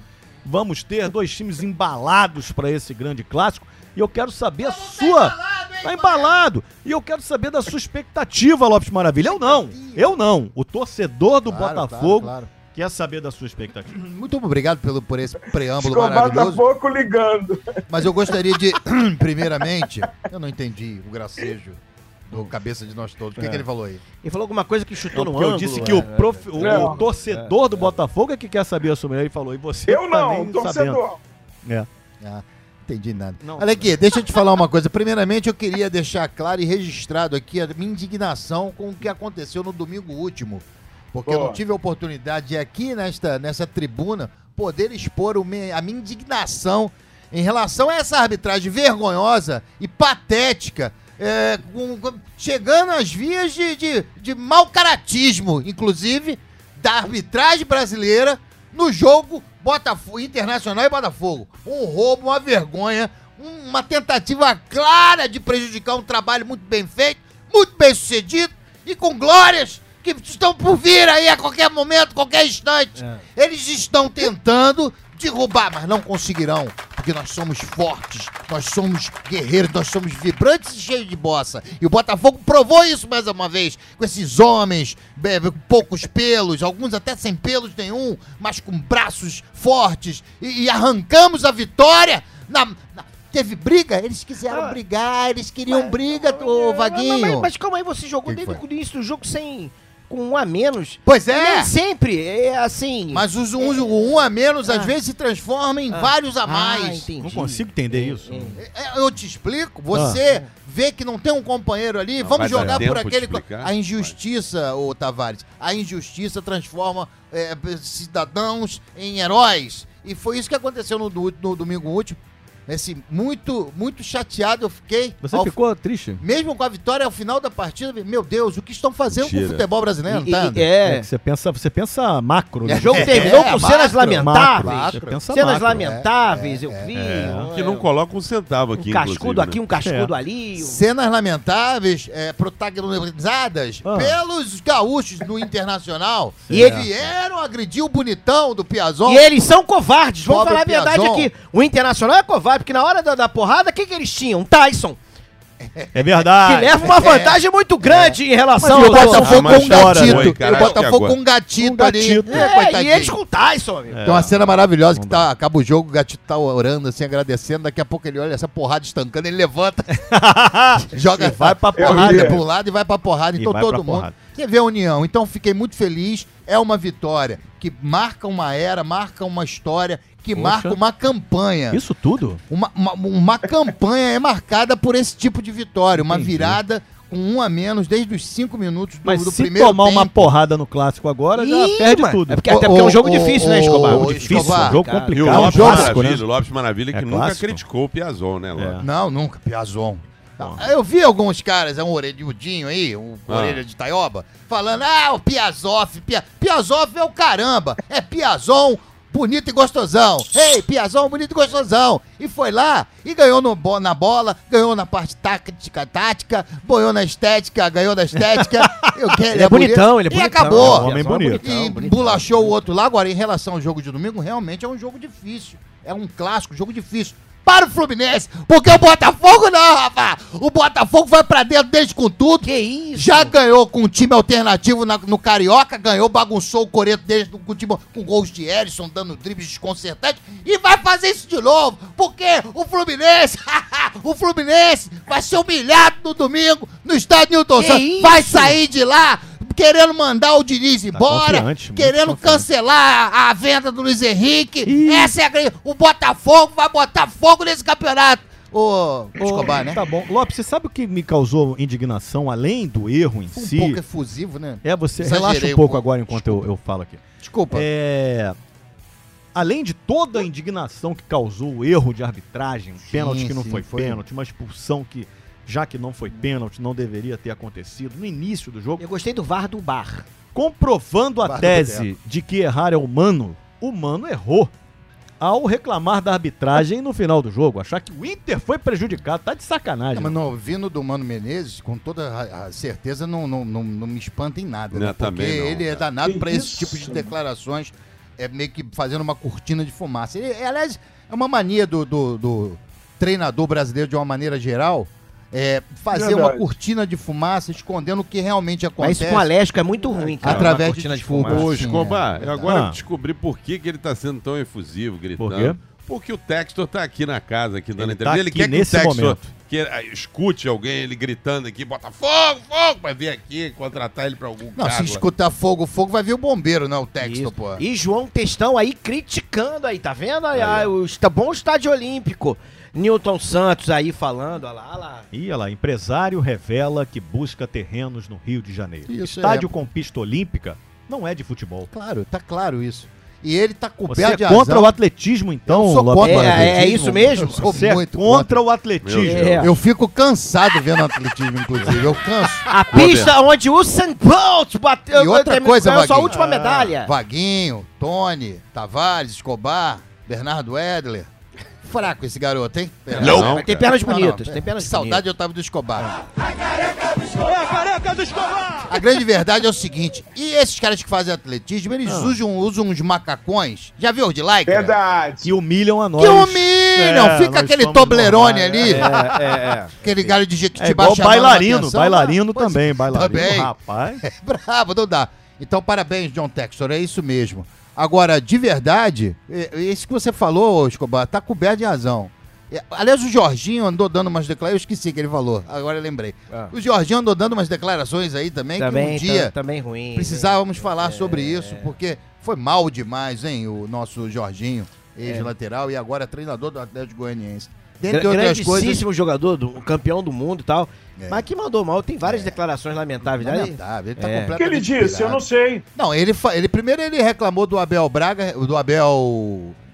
S1: vamos ter dois times embalados para esse grande clássico. E eu quero saber a sua. Tá embalado. E eu quero saber da sua expectativa, Lopes Maravilha. Eu não. Eu não. O torcedor do
S4: Claro,
S1: Botafogo
S4: claro,
S1: quer saber da sua expectativa.
S4: claro. Muito obrigado pelo, por esse preâmbulo
S6: Escobar tá
S4: maravilhoso.
S6: pouco ligando.
S4: Mas eu gostaria de, primeiramente, eu não entendi o gracejo do cabeça de nós todos. O que, que ele falou aí?
S2: Ele falou alguma coisa que chutou no
S1: Porque eu
S2: ângulo.
S1: disse que o,
S2: é.
S1: prof- o-
S6: É.
S1: o torcedor do Botafogo é que quer saber a sua mulher. Ele falou, e você
S6: Eu
S1: tá
S6: não,
S1: nem sabendo.
S6: torcedor.
S1: É.
S4: Ah, entendi nada.
S1: Não.
S4: Olha aqui, deixa eu te falar uma coisa. Primeiramente, eu queria deixar claro e registrado aqui a minha indignação com o que aconteceu no domingo último. Porque eu não
S6: Boa.
S4: tive a oportunidade de aqui nesta, nessa tribuna poder expor o me- a minha indignação em relação a essa arbitragem vergonhosa e patética. é, com- com- chegando às vias de, de, de mau caratismo, inclusive, da arbitragem brasileira no jogo Botafogo, Internacional e Botafogo. Um roubo, uma vergonha, um- uma tentativa clara de prejudicar um trabalho muito bem feito, muito bem sucedido e com glórias que estão por vir aí a qualquer momento, qualquer instante. Eles estão tentando derrubar, mas não conseguirão, porque nós somos fortes, nós somos guerreiros, nós somos vibrantes e cheios de bossa. E o Botafogo provou isso mais uma vez, com esses homens, be- be- com poucos pelos, alguns até sem pelos nenhum, mas com braços fortes, e, e arrancamos a vitória na- na- Teve briga? Eles quiseram brigar, eles queriam briga, ô Vaguinho.
S2: Ah. é. Mas, mas calma aí, você jogou
S4: Que
S2: desde
S4: foi?
S2: o início do jogo sem. com um a menos.
S4: Pois
S2: E
S4: é!
S2: Nem sempre, é assim.
S4: Mas os um, o um a menos às vezes se transforma em vários a
S2: Ah,
S4: mais.
S2: entendi.
S1: Não consigo entender isso.
S4: É, Eu te explico, você vê que não tem um companheiro ali, vamos
S5: vai dar
S4: jogar
S5: tempo
S4: por
S5: de
S4: aquele. co-
S5: explicar?
S4: A injustiça, ô Tavares, a injustiça transforma é, cidadãos em heróis. E foi isso que aconteceu no, du- no domingo último. Assim, muito, muito chateado eu fiquei.
S9: Você
S4: ao-
S9: ficou triste?
S4: Mesmo com a vitória ao final da partida, meu Deus, o que estão fazendo com o
S5: Mentira.
S4: futebol brasileiro,
S2: E-
S4: tá?
S2: e-
S4: André?
S2: é.
S1: que você pensa, você pensa macro, né?
S2: O jogo terminou
S4: é,
S2: com cenas
S4: macro,
S2: lamentáveis.
S4: macro.
S1: Você pensa
S2: cenas
S4: né?
S1: macro,
S2: lamentáveis, eu
S4: É,
S2: vi.
S5: Que não coloca um centavo
S2: um
S5: aqui,
S2: cascudo
S5: inclusive, né? É.
S2: aqui, um cascudo ali. um-
S4: Cenas lamentáveis, é, protagonizadas
S1: Ah.
S4: pelos gaúchos no Internacional
S2: E
S4: que
S2: ele-
S4: vieram agredir o bonitão do Piazon.
S2: E eles são covardes, vamos
S4: Pobre
S2: falar a verdade
S4: Piazon.
S2: aqui. O Internacional é covarde, porque na hora da, da porrada, o que, que eles tinham? Um Tyson,
S1: né? É
S2: que
S4: Ah,
S1: verdade.
S2: leva uma vantagem
S1: É.
S2: muito grande em relação
S4: E o
S2: ao
S4: Botafogo
S5: mas
S4: com um
S5: chora,
S4: gatito.
S5: né? Oi,
S4: E o
S5: caraca,
S4: Botafogo com
S5: agora.
S4: um gatito,
S1: Um gatito.
S4: ali.
S2: É, e
S4: coitadinho. É.
S2: eles com o Tyson, amigo.
S1: É.
S4: Tem uma cena maravilhosa que tá, acaba o jogo, o gatito tá orando, assim, agradecendo. Daqui a pouco ele olha essa porrada estancando, ele levanta, joga
S1: vai pra
S4: joga
S6: porrada.
S4: pra um lado e vai pra porrada.
S1: E
S4: Então
S1: vai
S4: todo
S1: pra
S4: mundo.
S1: porrada.
S4: Você vê a união. Então fiquei muito feliz. É uma vitória que marca uma era, marca uma história, que
S9: Poxa.
S4: marca uma campanha.
S1: Isso tudo?
S4: Uma, uma, uma campanha é marcada por esse tipo de vitória, uma virada com um a menos desde os cinco minutos do,
S1: Mas
S4: do
S1: se
S4: primeiro
S1: tomar uma
S4: tempo.
S1: porrada no clássico agora,
S2: Ih,
S1: já perde
S2: mano.
S1: tudo.
S2: É porque, até porque é
S4: Ô,
S2: um jogo
S4: ô,
S2: difícil, né,
S4: ô,
S2: Escobar?
S4: ô,
S1: difícil,
S4: Escovar.
S1: um jogo
S2: cara.
S5: E o
S1: complicado, um
S5: Lopes é
S1: jogo
S5: Maravilha,
S1: clássico, né?
S5: o Lopes Maravilha que
S1: É
S5: nunca
S1: clássico.
S5: criticou o Piazon, né,
S2: É.
S5: Lopes?
S4: Não, nunca, Piazon. Ah, Eu vi alguns caras, é um orelhudinho aí, um
S5: Ah.
S4: orelha de taioba, falando, ah, o Piazoff, Pia... Piazoff é o caramba, é Piazon, bonito e gostosão. Ei, Piazon, bonito e gostosão. E foi lá e ganhou no bo- na bola, ganhou na parte tática, tática, ganhou na estética, ganhou na estética. Eu, que
S2: Ele é bonitão, ele é
S4: E
S2: bonitão.
S4: acabou.
S1: É um homem
S2: Piazon
S1: bonito.
S4: E bulachou o outro lá. Agora, em relação ao jogo de domingo, realmente é um jogo difícil. É um clássico, jogo difícil. Para o Fluminense, porque o Botafogo não, rapaz! O Botafogo vai pra dentro desde com tudo.
S2: Que isso?
S4: Já ganhou com um time alternativo na- no Carioca, ganhou, bagunçou o Coreto desde com, o time, com gols de Ellison, dando dribles desconcertantes, e vai fazer isso de novo, porque o Fluminense, o Fluminense vai ser humilhado no domingo no estádio Newton
S2: Que
S4: Santos,
S2: isso?
S4: vai sair de lá querendo mandar o Diniz embora,
S1: Tá confiante, muito
S4: querendo cancelar a, a venda do Luiz Henrique, essa é a grande, o Botafogo vai botar fogo nesse campeonato. Ô, Escobar, né?
S1: Tá bom. Lopes, você sabe o que me causou indignação, além do erro em
S4: Um
S1: si?
S4: pouco efusivo, né?
S1: É, você
S4: Exagerei
S1: relaxa um
S4: um
S1: pouco
S4: pouco.
S1: agora enquanto eu, eu falo aqui.
S4: Desculpa.
S1: É, além de toda a indignação que causou o erro de arbitragem, um pênalti que não
S4: sim,
S1: foi,
S4: foi.
S1: pênalti, uma expulsão que, já que não foi pênalti, não deveria ter acontecido no início do jogo,
S2: Eu gostei do VAR do bar.
S1: comprovando a
S4: Barra do
S1: tese de que errar é humano, o humano errou ao reclamar da arbitragem no final do jogo, achar que o Inter foi prejudicado, tá de sacanagem.
S4: Não, mas não, vindo do Mano Menezes, com toda a- a certeza, não, não, não, não me espanta em nada. né?
S5: Não,
S4: Porque
S5: também não,
S4: ele é
S5: cara.
S4: danado
S6: Que
S4: para esse
S6: isso,
S4: tipo de
S6: mano.
S4: declarações, é meio que fazendo uma cortina de fumaça. Ele, é, aliás, é uma mania do, do, do treinador brasileiro, de uma maneira geral, é fazer uma
S6: Verdade.
S4: cortina de fumaça escondendo o que realmente
S2: Mas
S4: acontece.
S2: isso com alérgico é muito ruim, cara. Uma
S4: através de
S2: cortina
S4: desculpa.
S2: fumaça.
S5: Ô,
S4: Sim,
S5: Escobar,
S4: é
S5: eu agora
S1: Ah.
S5: descobri por que, que ele tá sendo tão efusivo, gritando.
S1: Por quê?
S5: Porque o Textor tá aqui na casa, aqui dando
S1: Ele tá
S5: entrevista. ele
S1: aqui
S5: quer que
S1: nesse
S5: o Textor
S1: momento.
S5: que, ah, escute alguém, ele gritando aqui, bota fogo, fogo, pra vir aqui contratar ele pra algum
S4: Não, se
S5: cargo.
S4: escutar fogo, fogo, vai vir o bombeiro, não, o texto,
S2: Isso.
S4: pô.
S2: E João Testão aí criticando aí, tá vendo? Aí, aí, o está bom estádio olímpico. Newton Santos aí falando, olha lá, olha lá.
S1: E olha lá, empresário revela que busca terrenos no Rio de Janeiro.
S4: Isso,
S1: Estádio
S4: é.
S1: com pista olímpica não é de futebol.
S4: Claro, tá claro isso. E ele tá
S1: Você
S4: coberto
S1: é
S4: de
S1: contra
S4: azar.
S1: o atletismo, então,
S4: Eu sou
S1: Lopes
S4: contra o
S1: Maravilha?
S2: É, é
S4: atletismo.
S2: isso mesmo?
S4: Eu sou
S1: Você é
S4: muito
S1: contra o atletismo.
S5: Meu
S2: Deus.
S4: Eu fico cansado vendo atletismo, inclusive. Eu canso.
S2: A pista onde o St. Bolt bateu
S4: E outra
S2: terminou-
S4: coisa, Ah,
S2: ganhou sua
S4: Vaguinho.
S2: última medalha.
S4: Vaguinho, Tony, Tavares, Escobar, Bernardo Edler. Fraco esse garoto, hein?
S5: Não,
S2: Mas tem pernas bonitas, Ah. tem
S4: pena
S2: pernas
S4: de É. Saudade de Otávio do Escobar. A grande verdade é o seguinte: e esses caras que fazem atletismo,
S2: Ah.
S4: eles usam, usam uns macacões. Já viu o de like?
S6: Verdade.
S1: Que humilham a nós.
S4: Que humilham!
S1: É,
S4: Fica
S1: nós
S4: aquele
S1: somos
S4: Toblerone
S1: normais,
S4: ali,
S9: É, é, é.
S4: aquele galho de
S1: É
S4: Jequitibá
S1: igual
S4: chamando a
S1: bailarino,
S4: atenção.
S1: bailarino
S4: Ah, pois
S1: também, bailarino,
S4: também.
S1: rapaz.
S5: É,
S4: Bravo, não dá. Então, parabéns, John Textor, é isso mesmo. Agora, de verdade, e- e isso que você falou, Escobar, tá coberto de razão. E, Aliás, o Jorginho andou dando umas declarações, eu esqueci que ele falou, agora eu lembrei.
S9: Ah.
S4: O Jorginho andou dando umas declarações aí também,
S2: Também,
S4: que um dia
S2: tam- também ruim. É.
S4: precisávamos falar sobre isso, porque foi mal demais, hein, o nosso Jorginho,
S2: É.
S4: ex-lateral e agora treinador do Atlético Goianiense. Dentre
S2: Gra-
S4: outras coisas,
S2: grandíssimo jogador, do, um campeão do mundo e tal.
S4: É.
S2: Mas que mandou mal, tem várias declarações lamentáveis. né?
S4: lamentável, ele tá
S2: É.
S6: O que ele
S4: completamente
S6: disse? Eu
S4: pirado.
S6: não sei.
S4: Não, ele, fa- ele primeiro ele reclamou do Abel Braga, do Abel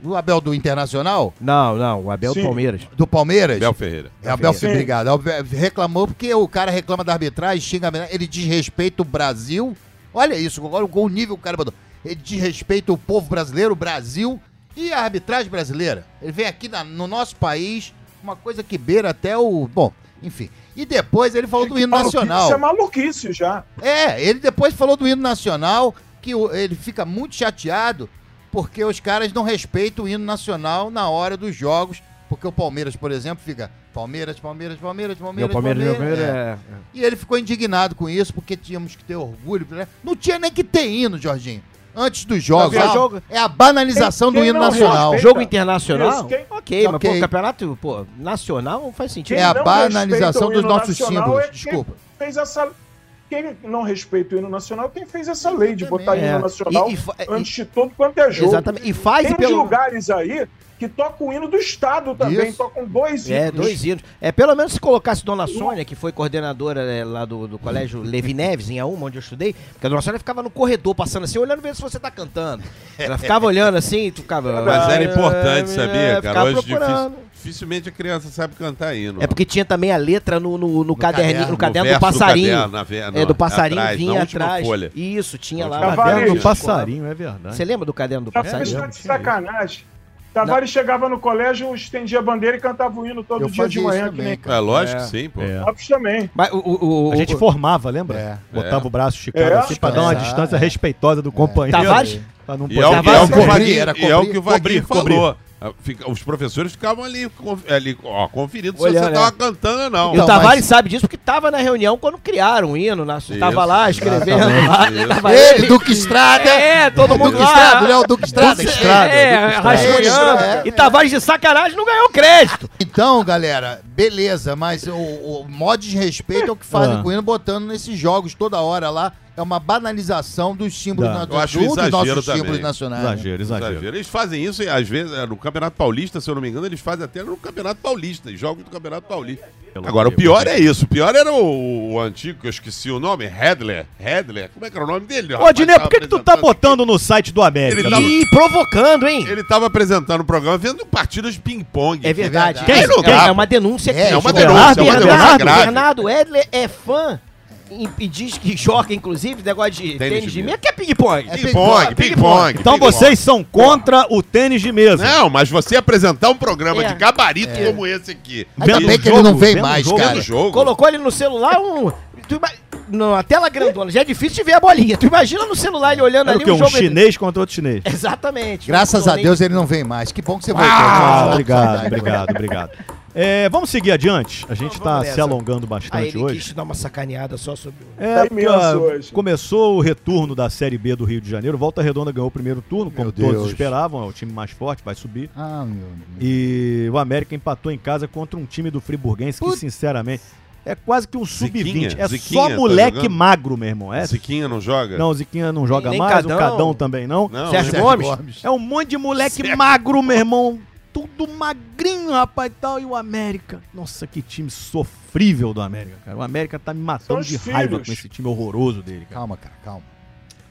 S4: O Abel do Internacional?
S2: Não, não, o Abel do
S6: Sim.
S2: Palmeiras.
S4: Do Palmeiras?
S5: Bel Ferreira.
S4: É, Abel
S6: Sim.
S4: obrigado. Abel Reclamou porque o cara reclama da arbitragem, xinga, a arbitragem, ele desrespeita o Brasil. Olha isso, olha o nível que o cara mandou. Ele desrespeita o povo brasileiro, o Brasil e a arbitragem brasileira. Ele vem aqui na- no nosso país, uma coisa que beira até o. Bom, enfim. E depois ele falou do hino
S6: Maluquice,
S4: nacional.
S6: Isso é maluquice já.
S4: É, ele depois falou do hino nacional, que o- ele fica muito chateado porque os caras não respeitam o hino nacional na hora dos jogos. Porque o Palmeiras, por exemplo, fica Palmeiras, Palmeiras, Palmeiras,
S2: Meu
S4: Palmeiras,
S2: Palmeiras, meu Palmeiras
S4: É.
S2: é.
S4: E ele ficou indignado com isso, porque tínhamos que ter orgulho. né? Não tinha nem que ter hino, Jorginho. Antes dos jogos.
S2: Não,
S4: É a-
S2: jogo-
S4: É a banalização do
S6: Quem- quem
S4: hino
S6: não
S4: nacional.
S6: respeita-
S2: Jogo internacional?
S6: Isso, quem-
S2: Ok, mas
S4: Ok.
S2: pô, campeonato pô, nacional não faz sentido.
S6: Quem
S4: É a
S6: não
S4: banalização
S6: respeita o
S4: dos
S6: hino
S4: nossos
S6: nacional
S4: símbolos,
S6: é quem
S4: desculpa.
S6: Fez essa... Quem não respeita o hino nacional, quem fez essa lei de botar
S2: É.
S6: hino nacional
S2: E- e fa- e-
S6: antes de todo quanto é jogo.
S2: Exatamente. E faz
S6: Tem uns
S2: pelo.
S6: lugares aí que toca o hino do Estado também,
S4: Isso.
S6: tocam dois
S2: É, dois
S5: né?
S2: hinos. É, pelo menos se colocasse Dona Sônia, que foi coordenadora é, lá do, do colégio Levi Neves, em Auma, onde eu estudei, porque a Dona Sônia ficava no corredor, passando assim, olhando, vendo se você tá cantando. Ela ficava olhando assim, e tu ficava...
S5: Mas era
S2: É,
S5: importante, sabia, cara?
S2: ficava
S5: Hoje
S2: procurando.
S5: difícil- dificilmente a criança sabe cantar hino.
S2: É porque tinha também a letra no, no, no caderninho,
S4: caderno,
S2: no caderno
S5: verso
S2: do
S5: do
S2: passarinho.
S5: caderno, na ve-
S2: é,
S5: na-
S2: do passarinho
S5: atrás, na
S2: vinha
S5: última
S2: atrás.
S5: folha.
S2: Isso, tinha
S5: Na
S2: lá.
S5: última
S2: lá
S6: folha.
S1: Caderno
S2: dentro.
S1: do tá passarinho, é verdade.
S2: Você lembra do caderno do
S6: Já fez
S1: É,
S6: tá
S1: eu
S2: passarinho?
S1: não
S6: de
S1: tinha
S6: sacanagem. Tavares chegava no colégio, estendia a bandeira e cantava o hino todo
S4: Eu
S6: dia de
S4: fazia isso
S6: manhã, que
S4: também,
S6: nem
S5: É
S4: cara.
S5: lógico que sim, pô.
S1: É.
S6: Lopes também.
S2: Mas o, o, o-
S1: A gente
S2: o-
S1: formava, lembra?
S4: É.
S1: Botava
S5: É.
S1: o braço esticado
S6: É.
S1: assim pra dar uma
S4: É.
S1: distância respeitosa do companheiro.
S2: Tavares?
S1: Pra não
S5: E é, o,
S1: poder-
S5: e é o que o
S4: Cobrir,
S5: Vaguinho-
S4: era
S5: e é o que
S4: cobrir,
S5: o Vaguinho
S4: cobrir,
S5: falou. Ah, fica- os professores ficavam ali, con- ali ó, conferindo se
S2: Olhando,
S5: você tava cantando ou não.
S2: E o
S4: Então,
S2: Tavares
S4: mas-
S2: sabe disso porque tava na reunião quando criaram o hino. Na...
S5: Isso,
S2: Tava lá escrevendo.
S5: exatamente,
S2: lá,
S5: isso.
S2: tava
S4: Ele, Duque Estrada.
S2: Tá É, todo mundo
S4: Duque
S2: lá.
S4: Estrada, né? O Duque Estrada.
S2: Você-
S1: Estrada,
S2: é,
S1: Duque Estrada.
S2: rascunhando.
S4: É,
S2: E Tavares de sacanagem não ganhou crédito.
S4: Então, galera, beleza, mas o, o maior desrespeito é o que fazem
S1: Ah.
S4: com o hino botando nesses jogos toda hora lá. É uma banalização dos símbolos
S1: Dá.
S4: nacionais.
S5: Eu acho
S4: dos
S5: exagero
S4: nossos
S5: também.
S4: símbolos nacionais. né?
S1: É. Exagero,
S5: Exagero.
S1: exagero.
S5: Eles fazem isso, e às vezes, é, no Campeonato Paulista, se eu não me engano, eles fazem até no Campeonato Paulista, em jogos do Campeonato Paulista. Agora, o pior é isso. O pior era o, o antigo, que eu esqueci o nome, Hedler. Hedler, como é que era o nome dele?
S1: Ô,
S5: rapaz?
S1: Dinê, por
S5: Tava
S1: que, que tu tá
S5: apresentando-
S1: botando no site do América? Então,
S5: Ele tá
S2: E
S5: tava-
S2: provocando, hein?
S5: Ele tava apresentando o programa vendo partidas de ping-pong.
S2: É verdade.
S4: verdade.
S2: É,
S5: Quem não dá,
S2: é
S5: pô?
S2: uma denúncia aqui.
S4: É, é uma
S2: Gilberto.
S5: denúncia, é uma
S2: Bernardo,
S5: denúncia grave.
S2: Bernardo Edler é fã e, e diz que joga, inclusive, negócio de tênis,
S5: de
S2: de
S5: mesa.
S2: mesa, que é ping-pong.
S4: É
S5: Ping-pong, ping-pong.
S1: Então
S5: ping-pong.
S1: vocês são contra o tênis de mesa.
S5: Não, mas você apresentar um programa
S2: É.
S5: de gabarito como esse aqui.
S4: Ainda
S1: Vendo
S4: bem
S1: o
S4: que ele não
S1: jogo,
S4: vem
S1: vendo
S4: mais,
S1: o jogo.
S5: Vendo
S4: cara.
S5: jogo.
S2: Colocou ele no celular, um... Tu ima- na tela grandona, já é difícil de ver a bolinha. Tu imagina no celular ele olhando
S1: Era o
S2: ali
S1: quê?
S2: o
S1: Um É.
S2: jogo...
S1: chinês contra outro chinês.
S2: Exatamente. Um
S4: Graças
S2: Não
S4: a
S2: nem-
S4: Deus ele não vem mais. Que bom que você voltou.
S1: Ah,
S4: Nossa,
S1: obrigado,
S4: saudade.
S1: obrigado, obrigado. É, vamos seguir adiante. A gente
S2: Vamos
S1: tá
S2: nessa.
S1: se alongando
S2: Aí
S1: bastante
S2: ele
S1: hoje.
S2: quis dar uma sacaneada só sobre... o-
S1: É,
S6: Tá
S1: porque,
S6: imenso
S1: ah,
S6: hoje.
S1: começou o retorno da Série B do Rio de Janeiro. Volta Redonda ganhou o primeiro turno, como
S4: Meu
S1: todos
S4: Deus.
S1: esperavam. É o time mais forte, vai subir.
S4: Ah, meu Deus.
S1: E o América empatou em casa contra um time do Friburguense que, sinceramente, é quase que um
S5: Ziquinha,
S1: sub-20. É
S5: Ziquinha
S1: só
S5: tá
S1: moleque
S5: jogando?
S1: magro, meu irmão. É,
S5: Ziquinha não joga?
S1: não, o Ziquinha não joga
S2: Nem
S1: mais,
S2: Cadão.
S1: o Cadão também não.
S5: Não,
S2: Sérgio
S5: né?
S2: Gomes?
S1: É um monte de moleque magro, meu irmão. Tudo magrinho, rapaz, e tal. E o América. Nossa, que time sofrível do América, cara. O América tá me matando
S6: os
S1: de raiva
S6: filhos.
S1: com esse time horroroso dele, cara.
S4: Calma, cara, calma.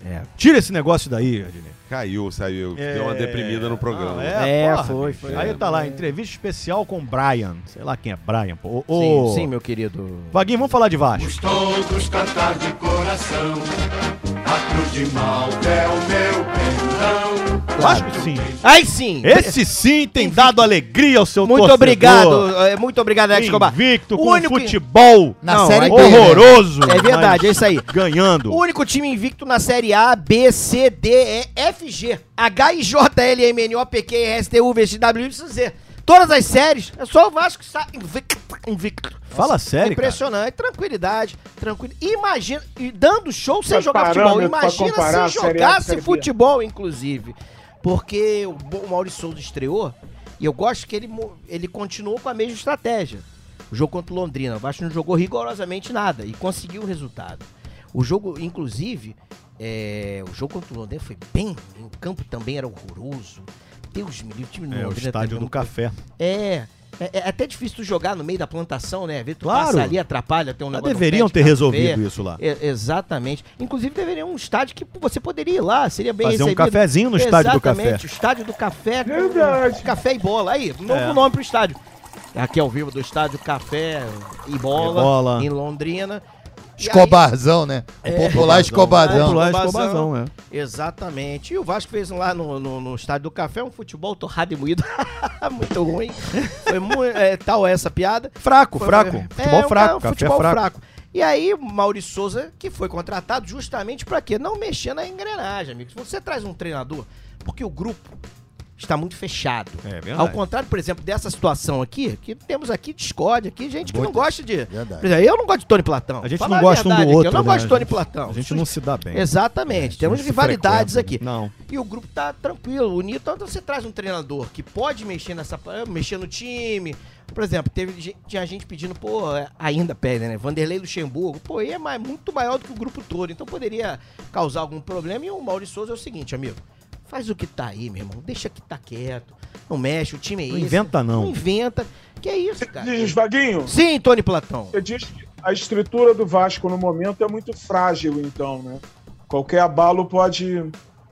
S1: É. Tira esse negócio daí, É. Adnei.
S5: Caiu, saiu. Deu uma deprimida no programa.
S1: Ah,
S2: É, foi, foi.
S1: Aí tá lá, entrevista especial com o Brian. Sei lá quem é Brian, pô. Ô, ô,
S2: Sim, sim, meu querido.
S1: Vaguinho, vamos falar de Vasco.
S7: Todos cantar de coração. A cruz de Malta é o meu pendão.
S1: Vasco sim.
S2: Aí sim!
S1: Esse sim tem dado alegria ao seu
S2: Muito
S1: torcedor.
S2: obrigado, é, muito obrigado, Alex Escobar.
S1: Invicto
S2: O
S1: com
S2: único-
S1: futebol.
S4: Na
S2: Não,
S4: série
S2: aí-
S4: B. né?
S1: horroroso.
S2: É verdade, é
S1: mas
S2: isso aí.
S1: Ganhando.
S2: O único time invicto na Série A, B, C, D, E, F, G, H, I, J, L, M, N, O, P, Q, R, S, T, U, V, X, W, Y, Z. Todas as séries, é só o Vasco que está invicto. invicto.
S1: Fala sério, cara.
S2: Impressionante, tranquilidade, tranquilo. Imagina, e dando show sem
S6: Mas
S2: jogar futebol.
S6: parâmetro Tá pra
S2: Imagina
S6: comparar a
S2: se
S6: Série A com a
S2: jogasse
S6: Série B.
S2: futebol, inclusive. Porque o Bo- o Maurício Souza estreou e eu gosto que ele, mo- ele continuou com a mesma estratégia. O jogo contra o Londrina, o Vasco não jogou rigorosamente nada e conseguiu o resultado. O jogo, inclusive, é, o jogo contra o Londrina foi bem. O campo também era horroroso. Deus me livre, o time do
S1: É, o
S2: Londrina
S1: estádio
S2: também
S1: do
S2: nunca-
S1: café.
S2: é, É, é até difícil tu jogar no meio da plantação, né? Ver tu
S1: Claro.
S2: passa ali, atrapalha, tem um
S1: Mas
S2: negócio. não
S1: deveriam
S2: pede
S1: ter
S2: pra
S1: resolvido
S2: ver.
S1: isso lá.
S2: E- exatamente. Inclusive, deveria um estádio que você poderia ir lá, seria bem
S1: Fazer um
S2: recebido.
S1: cafezinho no estádio do café.
S2: Exatamente, o estádio do café. com-
S6: Verdade.
S2: Café e bola. Aí, novo
S1: É.
S2: nome pro estádio. Aqui ao vivo do estádio Café e Bola,
S1: E Bola.
S2: em Londrina. E aí-
S4: Escobarzão, né?
S1: É,
S4: Popular Escobarzão.
S1: Popular
S2: Escobazão.
S1: Escobazão, é.
S2: Exatamente. E o Vasco fez lá no, no, no estádio do café um futebol torrado e moído. muito ruim. Foi muito, tal essa piada.
S1: Fraco,
S2: Foi-
S1: fraco.
S2: é,
S1: Futebol
S2: um
S1: fraco,
S2: ca-
S1: café
S2: futebol
S1: fraco.
S2: E aí, o Maurício Souza, que foi contratado justamente pra quê? Não mexer na engrenagem, amigo. Se você traz um treinador, porque o grupo está muito fechado.
S1: É verdade.
S2: Ao contrário, por exemplo, dessa situação aqui, que temos aqui discórdia, aqui gente que não
S4: Muita-
S2: gosta de...
S4: Verdade.
S2: Por exemplo, Eu não gosto de Tony Platão.
S1: A gente
S2: Falar
S1: não gosta um do
S2: verdade aqui,
S1: outro.
S2: Eu não
S1: né?
S2: gosto de Tony
S1: gente-
S2: Platão.
S1: A gente não se dá bem. É,
S2: Exatamente. Temos
S1: se
S2: rivalidades
S1: frequenta,
S2: aqui.
S1: Não.
S2: E o grupo tá tranquilo, unido. Então você traz um treinador que pode mexer nessa, eh, mexer no time. Por exemplo, teve gen- tinha gente pedindo, pô, é, ainda pedem, né? Vanderlei Luxemburgo, pô, ele é mais, muito maior do que o grupo todo, então poderia causar algum problema. E o Maurício Souza é o seguinte, amigo. Faz o que tá aí, meu irmão. Deixa que tá quieto. Não mexe, o time é
S1: Não
S2: esse.
S1: inventa, não.
S2: Não inventa. Que é isso, cara?
S6: Diz, Vaguinho,
S2: Sim, Tony Platão.
S6: você diz que a estrutura do Vasco no momento é muito frágil, então, né? Qualquer abalo pode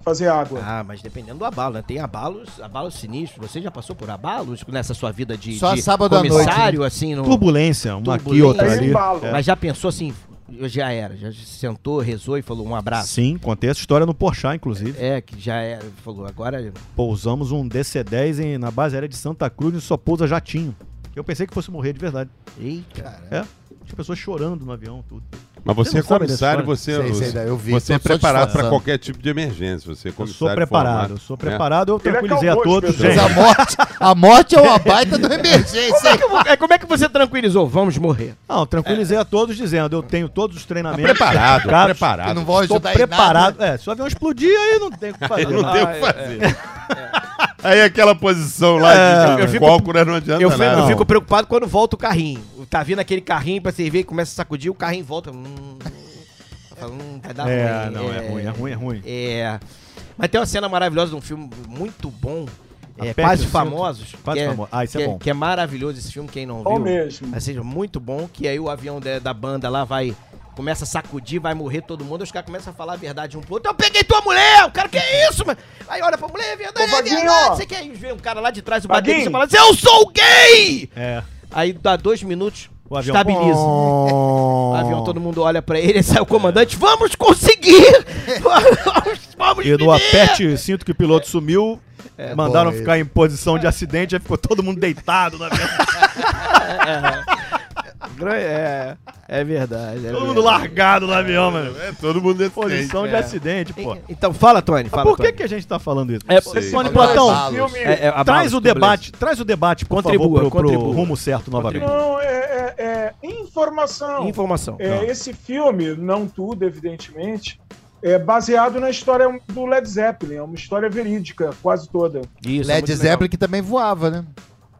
S6: fazer água.
S2: Ah, mas dependendo do abalo, né? Tem abalos, abalos sinistros. Você já passou por abalos nessa sua vida de,
S4: Só
S2: de
S4: sábado à
S2: comissário, assim? No...
S1: Turbulência, uma aqui,
S2: Turbulência.
S1: outra ali.
S6: Embalo.
S1: É.
S2: Mas já pensou assim, eu já era, já sentou, rezou e falou um abraço.
S1: Sim, contei essa história no Porchat, inclusive.
S2: É, que já era, falou, agora...
S1: Pousamos um DC-10 em- na base aérea de Santa Cruz e só pousa jatinho. Eu pensei que fosse morrer de verdade.
S2: Ih, cara.
S1: É. Tinha pessoas chorando no avião, tudo.
S5: Mas
S1: Você
S5: você é
S1: não sabe
S5: comissário,
S1: dessa
S5: você,
S4: Sei, sei,
S5: você-
S4: daí eu vi,
S5: você
S4: tô
S5: é
S4: só
S5: preparado para
S4: disfarçando.
S5: qualquer tipo de emergência. Você é
S1: Eu sou
S5: comissário
S1: preparado,
S5: formado,
S1: eu sou
S5: né?
S1: preparado, eu
S6: Ele
S1: tranquilizei a
S6: acalmou as
S1: todos.
S6: pessoas.
S4: Mas a
S1: Gente,
S4: morte, a morte é uma baita do emergência, hein?
S2: É, como é que você tranquilizou? Vamos morrer.
S1: não, tranquilizei a todos dizendo, eu tenho todos os treinamentos.
S5: Tá Preparado,
S1: certificados,
S5: preparado.
S4: Eu não vou
S1: Estou
S4: ajudar em
S1: preparado.
S4: nada.
S1: É, se o avião explodir, aí não tem o que fazer.
S5: Eu não tenho o
S1: Ah,
S5: que fazer. Aí aquela posição lá de,
S1: eu
S5: de cócura não adianta
S2: Eu, fico-
S5: nada.
S2: eu fico preocupado quando volta o carrinho. Tá vindo aquele carrinho pra servir, começa a sacudir, o carrinho volta. Hum, Eu falo, hum, vai dar
S1: É,
S2: ruim.
S1: não, é ruim, é ruim, é ruim.
S2: É. Mas tem uma cena maravilhosa de um filme muito bom. É,
S1: Aperte o
S2: Quase
S1: cinto.
S2: Famosos.
S1: Quase
S2: que
S1: Famosos. Ah, esse é
S2: que
S1: bom.
S2: Que é maravilhoso esse filme, quem não
S6: Ou
S2: viu.
S6: mesmo.
S2: Mas seja muito bom que aí o avião da, da banda lá vai. Começa a sacudir, vai morrer todo mundo. Os caras começam a falar a verdade um pro outro. Eu peguei tua mulher! O cara, que é isso, mano? Aí olha pra mulher, é verdade,
S6: Ô,
S2: é
S6: Vaguinho!
S2: verdade. Você quer ver um cara lá de trás, o baterista,
S6: Vaguinho!
S2: fala assim, eu sou gay!
S1: É.
S2: Aí dá dois minutos,
S1: O avião-
S2: estabiliza.
S4: Oh.
S2: O avião, todo mundo olha pra ele, aí sai o comandante, vamos conseguir! vamos, vamos
S1: E no
S2: viver!
S1: aperte cinto que o piloto sumiu, mandaram
S4: bom,
S1: ficar em posição de acidente, aí ficou todo mundo deitado na avião.
S2: É, é verdade. é
S1: Todo mundo largado no avião, mano.
S5: É, todo mundo é
S1: Posição de
S2: É.
S1: acidente, pô.
S2: verdade. Então fala, Tony.
S1: Mas
S2: Fala,
S1: por que,
S2: Tony.
S1: que a gente tá falando isso?
S2: É,
S5: sei.
S1: Tony
S4: Agora
S1: Platão,
S4: fala.
S6: Filme-
S2: É, é, abalos,
S1: traz o
S2: turbulência.
S1: debate, traz o debate, por
S2: Contribua,
S1: favor, pro, pro
S2: contribua.
S1: rumo certo novamente.
S6: Não, é, é- é informação.
S2: Informação.
S6: É, esse filme, não tudo, evidentemente, é baseado na história do Led Zeppelin. É uma história verídica, quase toda.
S2: Isso, é muito
S4: Led
S2: legal.
S4: Zeppelin que também voava, né?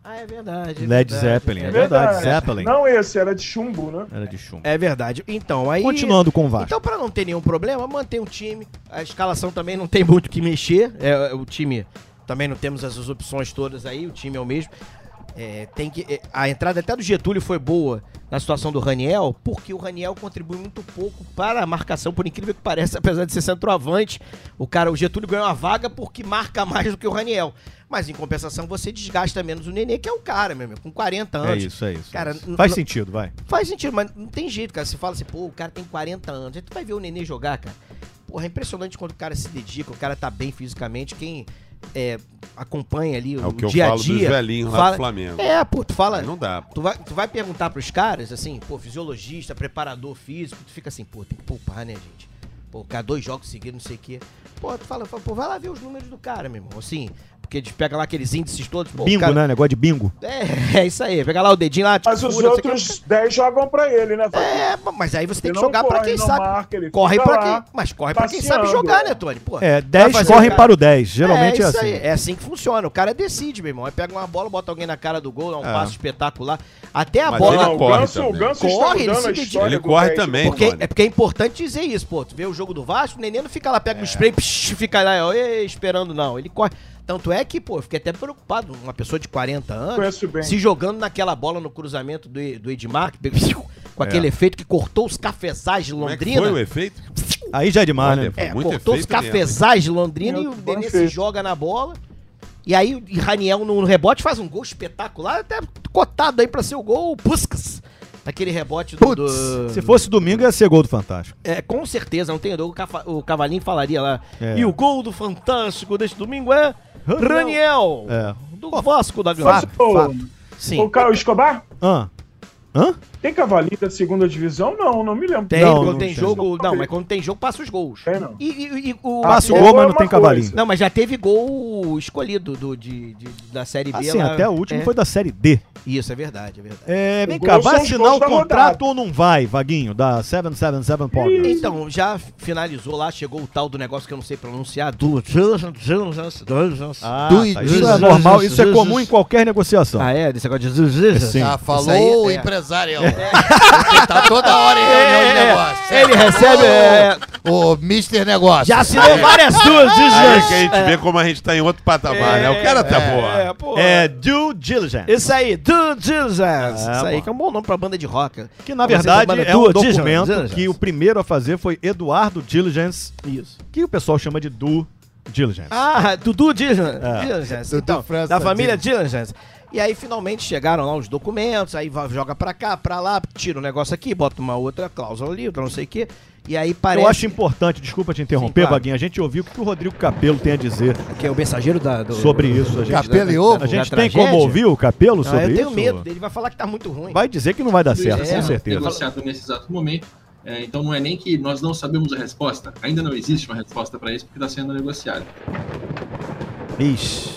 S2: Ah, é verdade. é
S1: Led
S2: verdade,
S1: Zeppelin,
S2: é
S1: é
S2: verdade.
S1: verdade, Zeppelin.
S6: Não esse, era de chumbo, né?
S1: Era de chumbo.
S2: É verdade. Então, aí.
S1: Continuando com o Vasco.
S2: Então, pra não ter nenhum problema, mantém o time. A escalação também não tem muito o que mexer. É, o time. Também não temos essas opções todas aí. O time é o mesmo. É, tem que, é, a entrada até do Getúlio foi boa na situação do Raniel, porque o Raniel contribui muito pouco para a marcação, por incrível que pareça, apesar de ser centroavante. O cara, o Getúlio ganhou a vaga porque marca mais do que o Raniel. Mas em compensação, você desgasta menos o Nenê, que é o cara, meu amigo, com 40 anos.
S1: é isso, é isso.
S2: Então, Cara,
S1: é isso.
S2: n-
S1: Faz
S2: n-
S1: sentido, vai.
S2: Faz sentido, mas não tem jeito, cara. Você fala assim, pô, o cara tem 40 anos. Aí tu vai ver o neném jogar, cara. Porra, é impressionante quando o cara se dedica, o cara tá bem fisicamente. Quem é, acompanha ali o,
S5: É o que eu
S2: dia a
S5: falo dos
S2: dia.
S5: velhinhos lá do Flamengo.
S2: É, pô, tu fala.
S5: Não dá. pô.
S2: Tu vai, tu vai perguntar pros caras, assim, pô, fisiologista, preparador físico, tu fica assim, pô, tem que poupar, né, gente? Pô, cara, dois jogos seguidos, não sei o quê. Pô, tu fala, fala, pô, vai lá ver os números do cara, meu irmão, assim, porque eles pegam lá aqueles índices todos, pô, o
S1: Bingo,
S2: cara-
S1: né? Negócio de bingo.
S2: É, é isso aí, pega lá o dedinho lá,
S6: Mas os
S2: fura, não sei o quê,
S6: outros 10 jogam pra ele, né?
S2: é, mas aí você tem
S6: Ele
S2: que
S6: não
S2: jogar pra
S6: corre,
S2: quem
S6: não
S2: sabe.
S6: marca, ele
S2: corre
S6: fica
S2: pra
S6: lá,
S2: quem. Mas corre pra quem sabe
S6: passeando.
S2: jogar, né, Tony? Pô,
S1: É,
S2: Vai
S1: 10
S2: fazer o
S1: correm
S2: cara-
S1: para o 10. Geralmente é,
S2: isso
S1: assim.
S2: aí, é assim que funciona. O cara decide, meu irmão. Aí pega uma bola, bota alguém na cara do gol, dá um passo espetacular. Até a
S5: É. Mas
S6: Não,
S5: ele
S2: bola.
S6: o
S5: corre
S6: Ganso, o
S5: também.
S6: Ganso
S2: Corre, ele
S6: está mudando
S2: se
S6: a
S2: dedica.
S6: história
S5: Ele
S6: do
S5: corre
S6: Ganso.
S5: também.
S2: Porque,
S5: Tony.
S2: é porque é importante dizer um
S5: É.
S2: isso, pô. Tu vê o jogo do Vasco, o neném não fica lá, pega o spray, psh, fica lá, ó, "Ê, esperando, não. Ele corre. Tanto é que, pô, eu fiquei até preocupado. Uma pessoa de 40 anos
S6: Conheço bem.
S2: se jogando naquela bola no cruzamento do, E- do Edmar, que pegou- com aquele efeito que cortou os cafezais de
S5: É. Como é que
S2: Londrina.
S5: foi o efeito?
S1: Aí já é demais,
S5: Olha,
S1: né?
S5: foi
S2: É,
S5: muito
S2: cortou os
S5: efeito mesmo, hein?
S2: cafezais de Londrina e o
S6: Muito bom
S2: Denê se
S6: efeito.
S2: joga na bola. E aí o Raniel no rebote faz um gol espetacular, até cotado aí pra ser o gol o Puskas. Aquele rebote do.
S4: Putz,
S2: do-
S1: Se fosse domingo, ia ser gol do Fantástico.
S2: É, com certeza, não tem dúvida, o, Cafa- o Cavalinho falaria lá.
S1: É.
S2: E o gol do Fantástico deste domingo é Raniel,
S1: É.
S2: do Vasco da Gama.
S6: Mas, ô,
S2: Sim.
S6: O Caio Escobar?
S1: Hã? Hã?
S6: Tem cavalinho da segunda divisão? Não, não me lembro.
S2: Tem,
S1: Não,
S2: quando
S1: não
S2: tem
S1: tem.
S2: jogo. Não, mas quando tem jogo, passa os gols.
S6: Tem, não.
S2: E, e- e o.
S1: Passa o
S6: Ou
S1: gol, mas
S6: é
S1: não
S6: uma
S1: tem cavalinho.
S6: coisa.
S2: Não, mas já teve gol escolhido do, de, de- da Série B.
S1: Assim,
S2: lá.
S1: até o último
S2: É.
S1: foi da Série D.
S2: Isso, é verdade, é verdade.
S1: É, vem
S6: O
S1: cá,
S6: gol
S1: vai
S6: são os
S1: assinar
S6: gols
S1: o
S6: da
S1: contrato
S6: rodada.
S1: ou não vai, Vaguinho, da 777 Podcast?
S2: Então, já finalizou lá, chegou o tal do negócio que eu não sei pronunciar. Do...
S1: Ah,
S2: Ah,
S4: Do-
S1: tá, isso é
S4: Jesus,
S1: normal, isso é
S2: Jesus.
S1: comum em qualquer negociação.
S2: é? Desse negócio de...
S1: Sim.
S4: Já falou
S2: aí
S4: o
S2: é.
S4: empresário. Tá toda hora em reunião de negócio.
S2: Ele recebe...
S1: Ah,
S2: é,
S4: Ô, Ô, Mr. Negócio.
S2: Já
S1: Então,
S2: assinou várias duas,
S5: Aí é
S2: Jesus.
S5: que a gente vê como a gente tá em outro patamar, né? O cara tá boa.
S2: pô.
S1: É due diligence.
S2: Isso aí, Do Jesus. isso aí
S1: pô.
S2: que é um bom nome pra banda de rock.
S1: Ah, Que na
S2: Vocês
S1: verdade
S2: chamam
S1: é um
S2: Due Diligence.
S1: documento
S2: Diligence.
S1: que o primeiro a fazer foi Eduardo Diligence,
S2: Isso.
S1: que o pessoal chama de due diligence.
S2: Ah, Dudu Diligence.
S1: É.
S2: Diligence.
S4: Dudu
S2: Então,
S4: França
S2: da família Diligence. E aí finalmente chegaram lá os documentos, aí va- joga pra cá, pra lá, tira um negócio aqui, bota uma outra cláusula ali, outra não sei o quê. E aí parece
S1: Eu acho importante, desculpa te interromper,
S2: Sim, claro.
S1: Vaguinho, a gente ouviu o que o Rodrigo Capelo tem a dizer
S2: que é o mensageiro da, do...
S1: sobre isso. A gente,
S4: Capelo e ovo.
S1: a gente
S2: da
S1: tem
S2: tragédia?
S1: como ouvir o Capelo
S2: Ah,
S1: sobre
S2: eu tenho
S1: isso?
S2: medo dele, vai falar que tá muito ruim.
S1: Vai dizer que não vai dar certo,
S2: É,
S1: com certeza.
S9: negociado nesse exato momento. É, então não é nem que nós não sabemos a resposta, ainda não existe uma resposta para isso porque está sendo negociado.
S1: Ixi.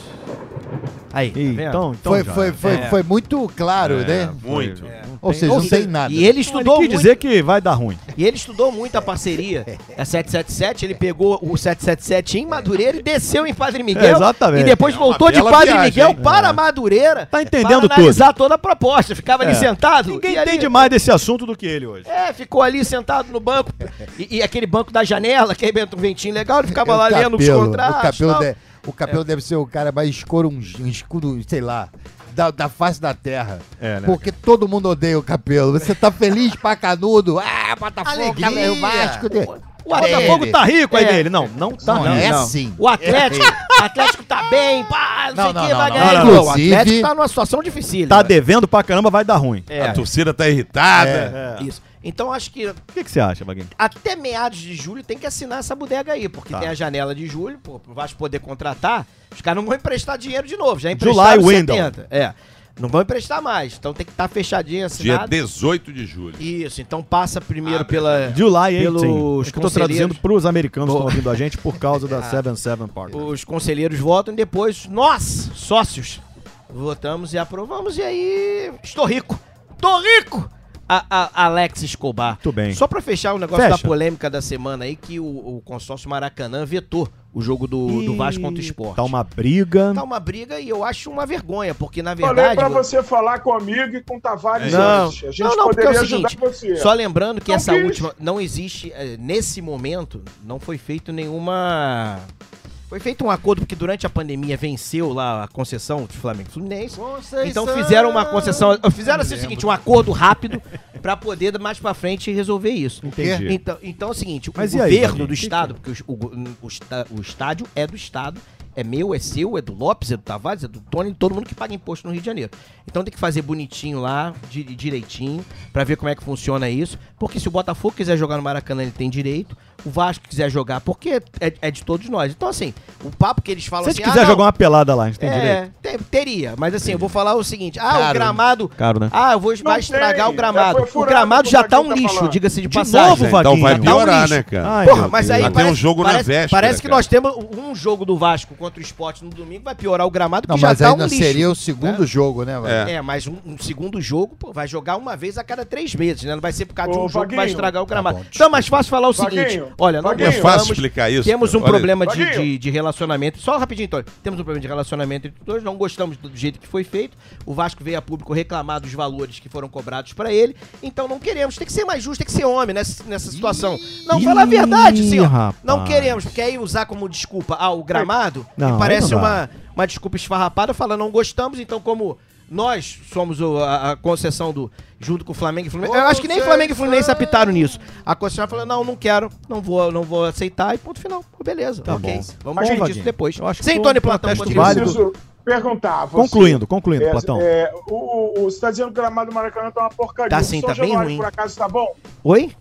S2: Aí, tá
S1: Ih,
S2: vendo?
S1: Então, então
S4: Foi,
S1: já.
S4: foi, foi,
S2: É.
S4: foi muito claro,
S5: É,
S4: né?
S5: muito.
S4: Ou seja, não tem nada.
S2: E ele
S1: Estudou
S2: estudou
S1: ele quis
S2: muito.
S1: dizer que vai dar ruim.
S2: E ele estudou muito a parceria. É A 777, ele pegou o 777 em Madureira e desceu em Padre Miguel.
S1: É, exatamente.
S2: E depois voltou de
S5: bela
S2: Padre
S5: viagem,
S2: Miguel
S5: hein?
S4: né?
S2: para Madureira.
S1: Tá entendendo
S2: para analisar toda a proposta. Ficava
S1: É.
S2: ali sentado.
S1: Ninguém
S2: e ali-
S1: entende mais desse assunto do que ele hoje.
S2: É, ficou ali sentado no banco. E, e aquele banco da janela, que arrebenta um ventinho legal, ele ficava
S4: É o
S2: lá lendo os
S4: Capelo.
S2: contratos.
S4: O Capelo,
S2: tal.
S4: de- o Capelo deve ser o cara mais escorungido, escuro, sei lá, da, da face da terra.
S1: É, né?
S4: Porque todo mundo odeia o Capelo. Você tá feliz pra canudo. Ah, Botafogo,
S2: Alegria.
S4: Alegria. o Vasco. de-
S2: O
S1: O Botafogo
S4: Ele.
S1: tá rico aí
S2: É.
S1: dele. Não, não tá
S4: Não,
S1: rico.
S4: é assim.
S2: O Atlético, o Atlético tá bem, pá, não,
S4: Não,
S2: sei
S4: não,
S2: quem
S4: não,
S2: vai
S4: não,
S2: ganhar.
S1: não,
S2: Pô,
S4: não.
S2: o
S4: Inclusive-
S2: Atlético tá numa situação difícil.
S1: Tá devendo pra caramba, vai dar ruim.
S2: É.
S5: A torcida tá irritada.
S1: É.
S2: Isso. Então acho que
S1: O que, que você acha, Vaguinho?
S2: até meados de julho tem que assinar essa bodega aí, porque
S1: Tá.
S2: tem a janela de julho, pô, pro Vasco poder contratar, os caras não vão emprestar dinheiro de novo, já
S1: July
S2: emprestaram
S1: window.
S2: É, não vão emprestar mais, então tem que estar fechadinho,
S5: Dia
S2: assinado.
S5: 18 de julho.
S2: Isso, então passa primeiro
S5: Abre.
S2: pela...
S1: July 18.
S2: Pelos
S1: É que eu tô
S2: conselheiros. Ah.
S1: traduzindo pros americanos que estão ouvindo a gente por causa da 77 Partners.
S2: Os conselheiros votam e depois nós, sócios, votamos e aprovamos e aí estou rico, tô rico! A, a- Alex Escobar.
S1: Muito bem.
S2: Só pra fechar o negócio
S1: Fecha.
S2: da polêmica da semana aí, que o, o consórcio Maracanã vetou o jogo do, do Vasco contra o Sport.
S1: Tá uma briga.
S2: Tá uma briga e eu acho uma vergonha, porque na
S6: Falei
S2: verdade.
S6: pra você falar comigo e com Tavares
S1: Não.
S6: hoje. A gente
S2: Não, não, porque é
S6: poderia
S2: o
S6: ajudar
S2: seguinte,
S6: você.
S2: só lembrando que
S6: Não
S2: essa
S6: quis.
S2: última não existe, eh, nesse momento, não foi feito nenhuma. Foi feito um acordo porque durante a pandemia venceu lá a concessão do Flamengo e Fluminense. Então fizeram uma concessão, fizeram assim o seguinte, um acordo rápido pra poder mais pra frente resolver isso.
S1: Entendi.
S2: Então, então é o seguinte,
S1: Mas
S2: o
S1: e aí,
S2: governo
S1: Vaguinho?
S2: do estado,
S1: é?
S2: porque os- o, go- o esta- o estádio é do estado, é meu, é seu, é do Lopes, é do Tavares, é do Tony, todo mundo que paga imposto no Rio de Janeiro. Então tem que fazer bonitinho lá, di- direitinho, pra ver como é que funciona isso, porque se o Botafogo quiser jogar no Maracanã, ele tem direito, o Vasco quiser jogar, porque é, é de todos nós. Então assim, o papo que eles falam
S1: Se a gente
S2: assim,
S1: quiser
S2: ah, não,
S1: jogar uma pelada lá, a gente tem direito.
S2: é, te- teria, mas assim, eu vou falar o seguinte, ah,
S4: Caro, né?
S2: o gramado...
S1: Caro, né?
S2: Ah, eu vou vai
S6: tem,
S2: estragar o
S6: já
S2: gramado.
S6: foi
S2: O
S6: furado
S2: gramado
S6: que o
S2: já tá um
S6: Vaguinho tá
S2: lixo,
S6: falando.
S2: diga-se de,
S1: De
S2: passagem.
S1: novo, Vaguinho.
S5: Então vai
S1: Tá um
S5: piorar,
S2: lixo.
S5: né, cara?
S1: Ai,
S2: Porra,
S1: meu
S2: mas
S1: Deus.
S2: aí
S5: Até um
S2: parece,
S5: jogo na
S2: parece,
S5: véspera,
S2: parece que
S5: cara.
S2: nós temos um jogo do Vasco contra o Sport no domingo, vai piorar o gramado, que
S4: Não,
S2: já
S4: mas
S2: tá um
S4: ainda
S2: lixo.
S4: seria o segundo jogo, né, velho?
S2: É, mas um, um segundo jogo, pô, vai jogar uma vez a cada três meses, né? Não vai ser por causa de um
S6: Ô,
S2: jogo que vai
S6: Vaguinho.
S2: estragar o gramado. então, mais fácil falar o
S6: Vaguinho.
S2: seguinte: olha, nós
S6: Vaguinho.
S5: É
S6: Sim,
S5: fácil
S2: gostamos,
S5: explicar isso.
S2: temos um
S5: cara. Olha,
S2: problema de,
S6: Vaguinho.
S2: de, de relacionamento. Só rapidinho, Tony. Temos um problema de relacionamento entre todos. Não gostamos do jeito que foi feito. O Vasco veio a público reclamar dos valores que foram cobrados pra ele. Então não queremos. Tem que ser mais justo, tem que ser homem nessa, nessa situação. Não, fala a verdade,
S1: Ih,
S2: senhor.
S1: rapaz.
S2: Não queremos. Porque aí usar como desculpa ah, o gramado
S1: Não,
S2: que
S1: aí
S2: parece
S1: não dá.
S2: uma, uma desculpa esfarrapada falando não gostamos, então como nós somos o- a, a concessão do junto com o Flamengo e Fluminense. Eu acho que nem Flamengo e Fluminense apitaram nisso. A concessão falou: "Não, não quero, não vou, não vou aceitar" e ponto final. Pô, beleza.
S1: Tá
S2: OK.
S1: bom.
S2: Vamos
S1: Mas,
S2: discutir
S1: Vaguinho,
S2: isso depois.
S1: eu acho que
S2: Sim,
S1: foi
S2: Tony
S1: um
S2: Platão,
S1: protesto
S2: continua.
S1: válido.
S6: Preciso perguntar. você-
S1: Concluindo, concluindo,
S6: É,
S1: Platão.
S6: é, o, o, você tá dizendo que o gramado do Maracanã tá uma porcaria.
S2: Tá
S6: O
S2: sim,
S6: São
S2: tá bem
S6: Januário,
S2: ruim.
S6: Por acaso tá bom?
S2: Oi?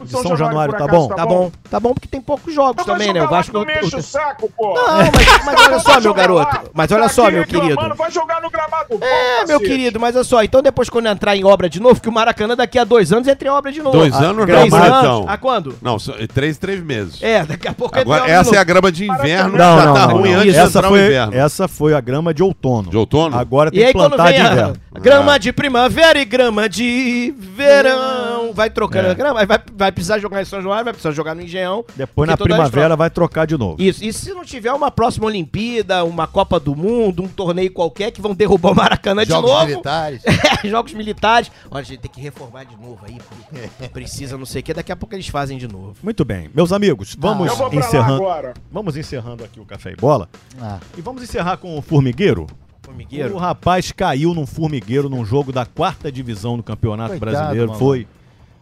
S6: O
S1: São Januário,
S6: por
S1: tá
S6: acaso,
S1: bom?
S2: Tá bom. Tá bom porque tem poucos jogos
S6: Mas
S2: também,
S6: vai
S2: né? O
S6: jogar lá
S2: Vasco
S6: que não me enche o saco, pô.
S2: Não, mas, mas olha só, meu garoto. Mas olha só, meu querido.
S6: Mano, Tá vai jogar no gramado bom,
S2: É, meu
S6: cacete.
S2: querido, mas olha só, então depois quando entrar em obra de novo, que o Maracanã daqui a dois anos entra em obra de novo.
S5: Dois
S2: Ah,
S5: anos
S2: três
S5: não,
S2: anos.
S5: Platão.
S2: A quando?
S5: Não, só- três, três meses.
S2: É, daqui a pouco entra em
S5: Agora,
S2: obra
S5: essa
S2: de
S5: é a
S2: novo.
S5: grama de inverno,
S1: Não,
S5: já
S1: não,
S5: tá
S1: não,
S5: ruim
S1: não.
S5: antes de
S1: essa
S5: entrar
S1: foi, é. Ah,
S5: o inverno.
S1: Essa foi a grama de outono.
S5: De outono?
S1: Agora tem
S2: E aí
S1: que
S2: quando
S1: plantar de
S2: vem a
S1: inverno. Ah.
S2: grama de primavera e grama de verão, vai trocando
S1: É.
S2: a grama, aí vai, vai precisar jogar em São João, vai precisar jogar no Engenhão.
S1: Depois
S2: porque
S1: na
S2: toda hora eles
S1: primavera vai trocar de novo.
S2: Isso. E se não tiver uma próxima Olimpíada, uma Copa do Mundo, um torneio qualquer que vão derrubar o Maracanã
S4: Jogos
S2: de novo. É,
S4: militares.
S2: jogos militares. Olha, a gente tem que reformar de novo aí. porque Precisa não sei o que. Daqui a pouco eles fazem de novo.
S1: Muito bem, meus amigos,
S2: Tá.
S1: vamos
S6: Eu vou pra lá
S1: encerrando.
S6: agora.
S1: Vamos encerrando aqui o café e bola.
S4: Ah.
S1: E vamos encerrar com o formigueiro. O
S2: Formigueiro.
S1: rapaz caiu num formigueiro num jogo da quarta divisão do Campeonato
S4: Coitado,
S1: Brasileiro.
S4: maluco.
S1: Foi.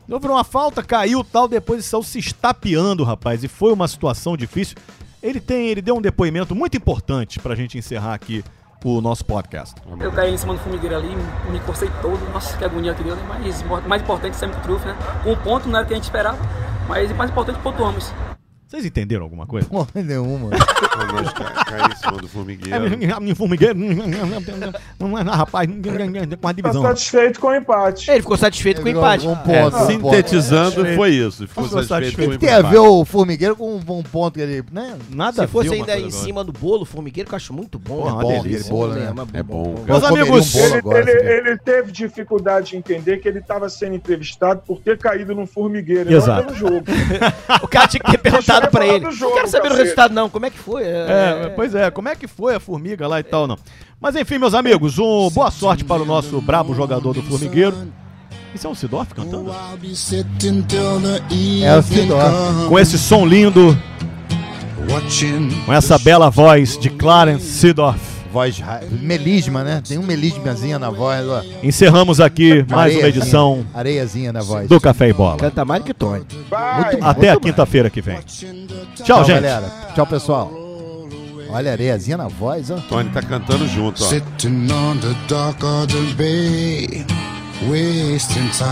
S1: Não virou uma falta, caiu tal, depois saiu se estapeando, rapaz. E foi uma situação difícil. Ele tem, ele deu um depoimento muito importante pra gente encerrar aqui o nosso podcast.
S10: Eu caí em cima do formigueiro ali, me- me cocei todo, nossa, que agonia que deu, né? Mas mo- mais importante sempre o trufo, né? Um ponto não era o que a gente esperava, mas o mais importante pontuamos.
S1: Vocês entenderam alguma coisa?
S4: Porra é nenhuma.
S5: Ah, mas ca- cai em cima do formigueiro.
S1: Formigueiro. Não é, rapaz, quarta
S6: Tá
S1: divisão.
S6: satisfeito com o empate.
S2: Ele ficou satisfeito com o
S4: Pegou
S2: empate.
S4: Um ponto, um ponto.
S5: Sintetizando, foi isso. Ficou
S1: Ficou
S5: satisfeito
S1: satisfeito.
S5: com
S4: Tem
S5: o
S4: que ter a ver o formigueiro com um ponto que ele. Né?
S1: Nada a ver
S2: Se fosse
S1: uma
S2: ainda
S1: coisa
S2: em
S1: com a
S2: cima do bolo, formigueiro, que eu acho muito bom.
S1: Porra,
S2: né?
S1: uma
S4: Bom,
S1: delícia.
S4: aquele bolo, né?
S2: Mas
S5: É bom, cara.
S1: Meus
S4: Eu comeria
S1: amigos,
S4: um bolo
S6: Ele,
S4: agora,
S6: ele-
S4: se der.
S6: ele teve dificuldade de entender que ele estava sendo entrevistado por ter caído num formigueiro,
S1: Exato.
S6: não pelo jogo.
S2: O cara tinha que ter perguntado
S6: Deixa eu
S2: pra
S6: falar
S2: ele.
S6: do jogo,
S2: não quero saber o
S6: cacete.
S2: resultado, não. Como é que foi?
S1: É, pois é, como é que foi a formiga lá e tal, não? Mas enfim, meus amigos, um boa sorte para o nosso brabo jogador do Formigueiro. Isso é um Sidorf cantando?
S4: É o Sidor.
S1: Com esse som lindo, com essa bela voz de Clarence Sidorf.
S4: Voz ra- melisma, né? Tem um melismazinha na voz, ó.
S1: Encerramos aqui mais uma
S4: Areiazinha.
S1: edição
S4: Areiazinha na voz.
S1: do Café e Bola.
S2: Canta mais do que Tony.
S6: Vai,
S1: Até a quinta-feira que vem. Tchau,
S4: Tchau,
S1: gente.
S4: galera. Tchau, pessoal. Olha a areiazinha na voz, ó.
S5: Tony tá cantando junto, ó.
S7: Sitting on the dock of the bay, wasting time.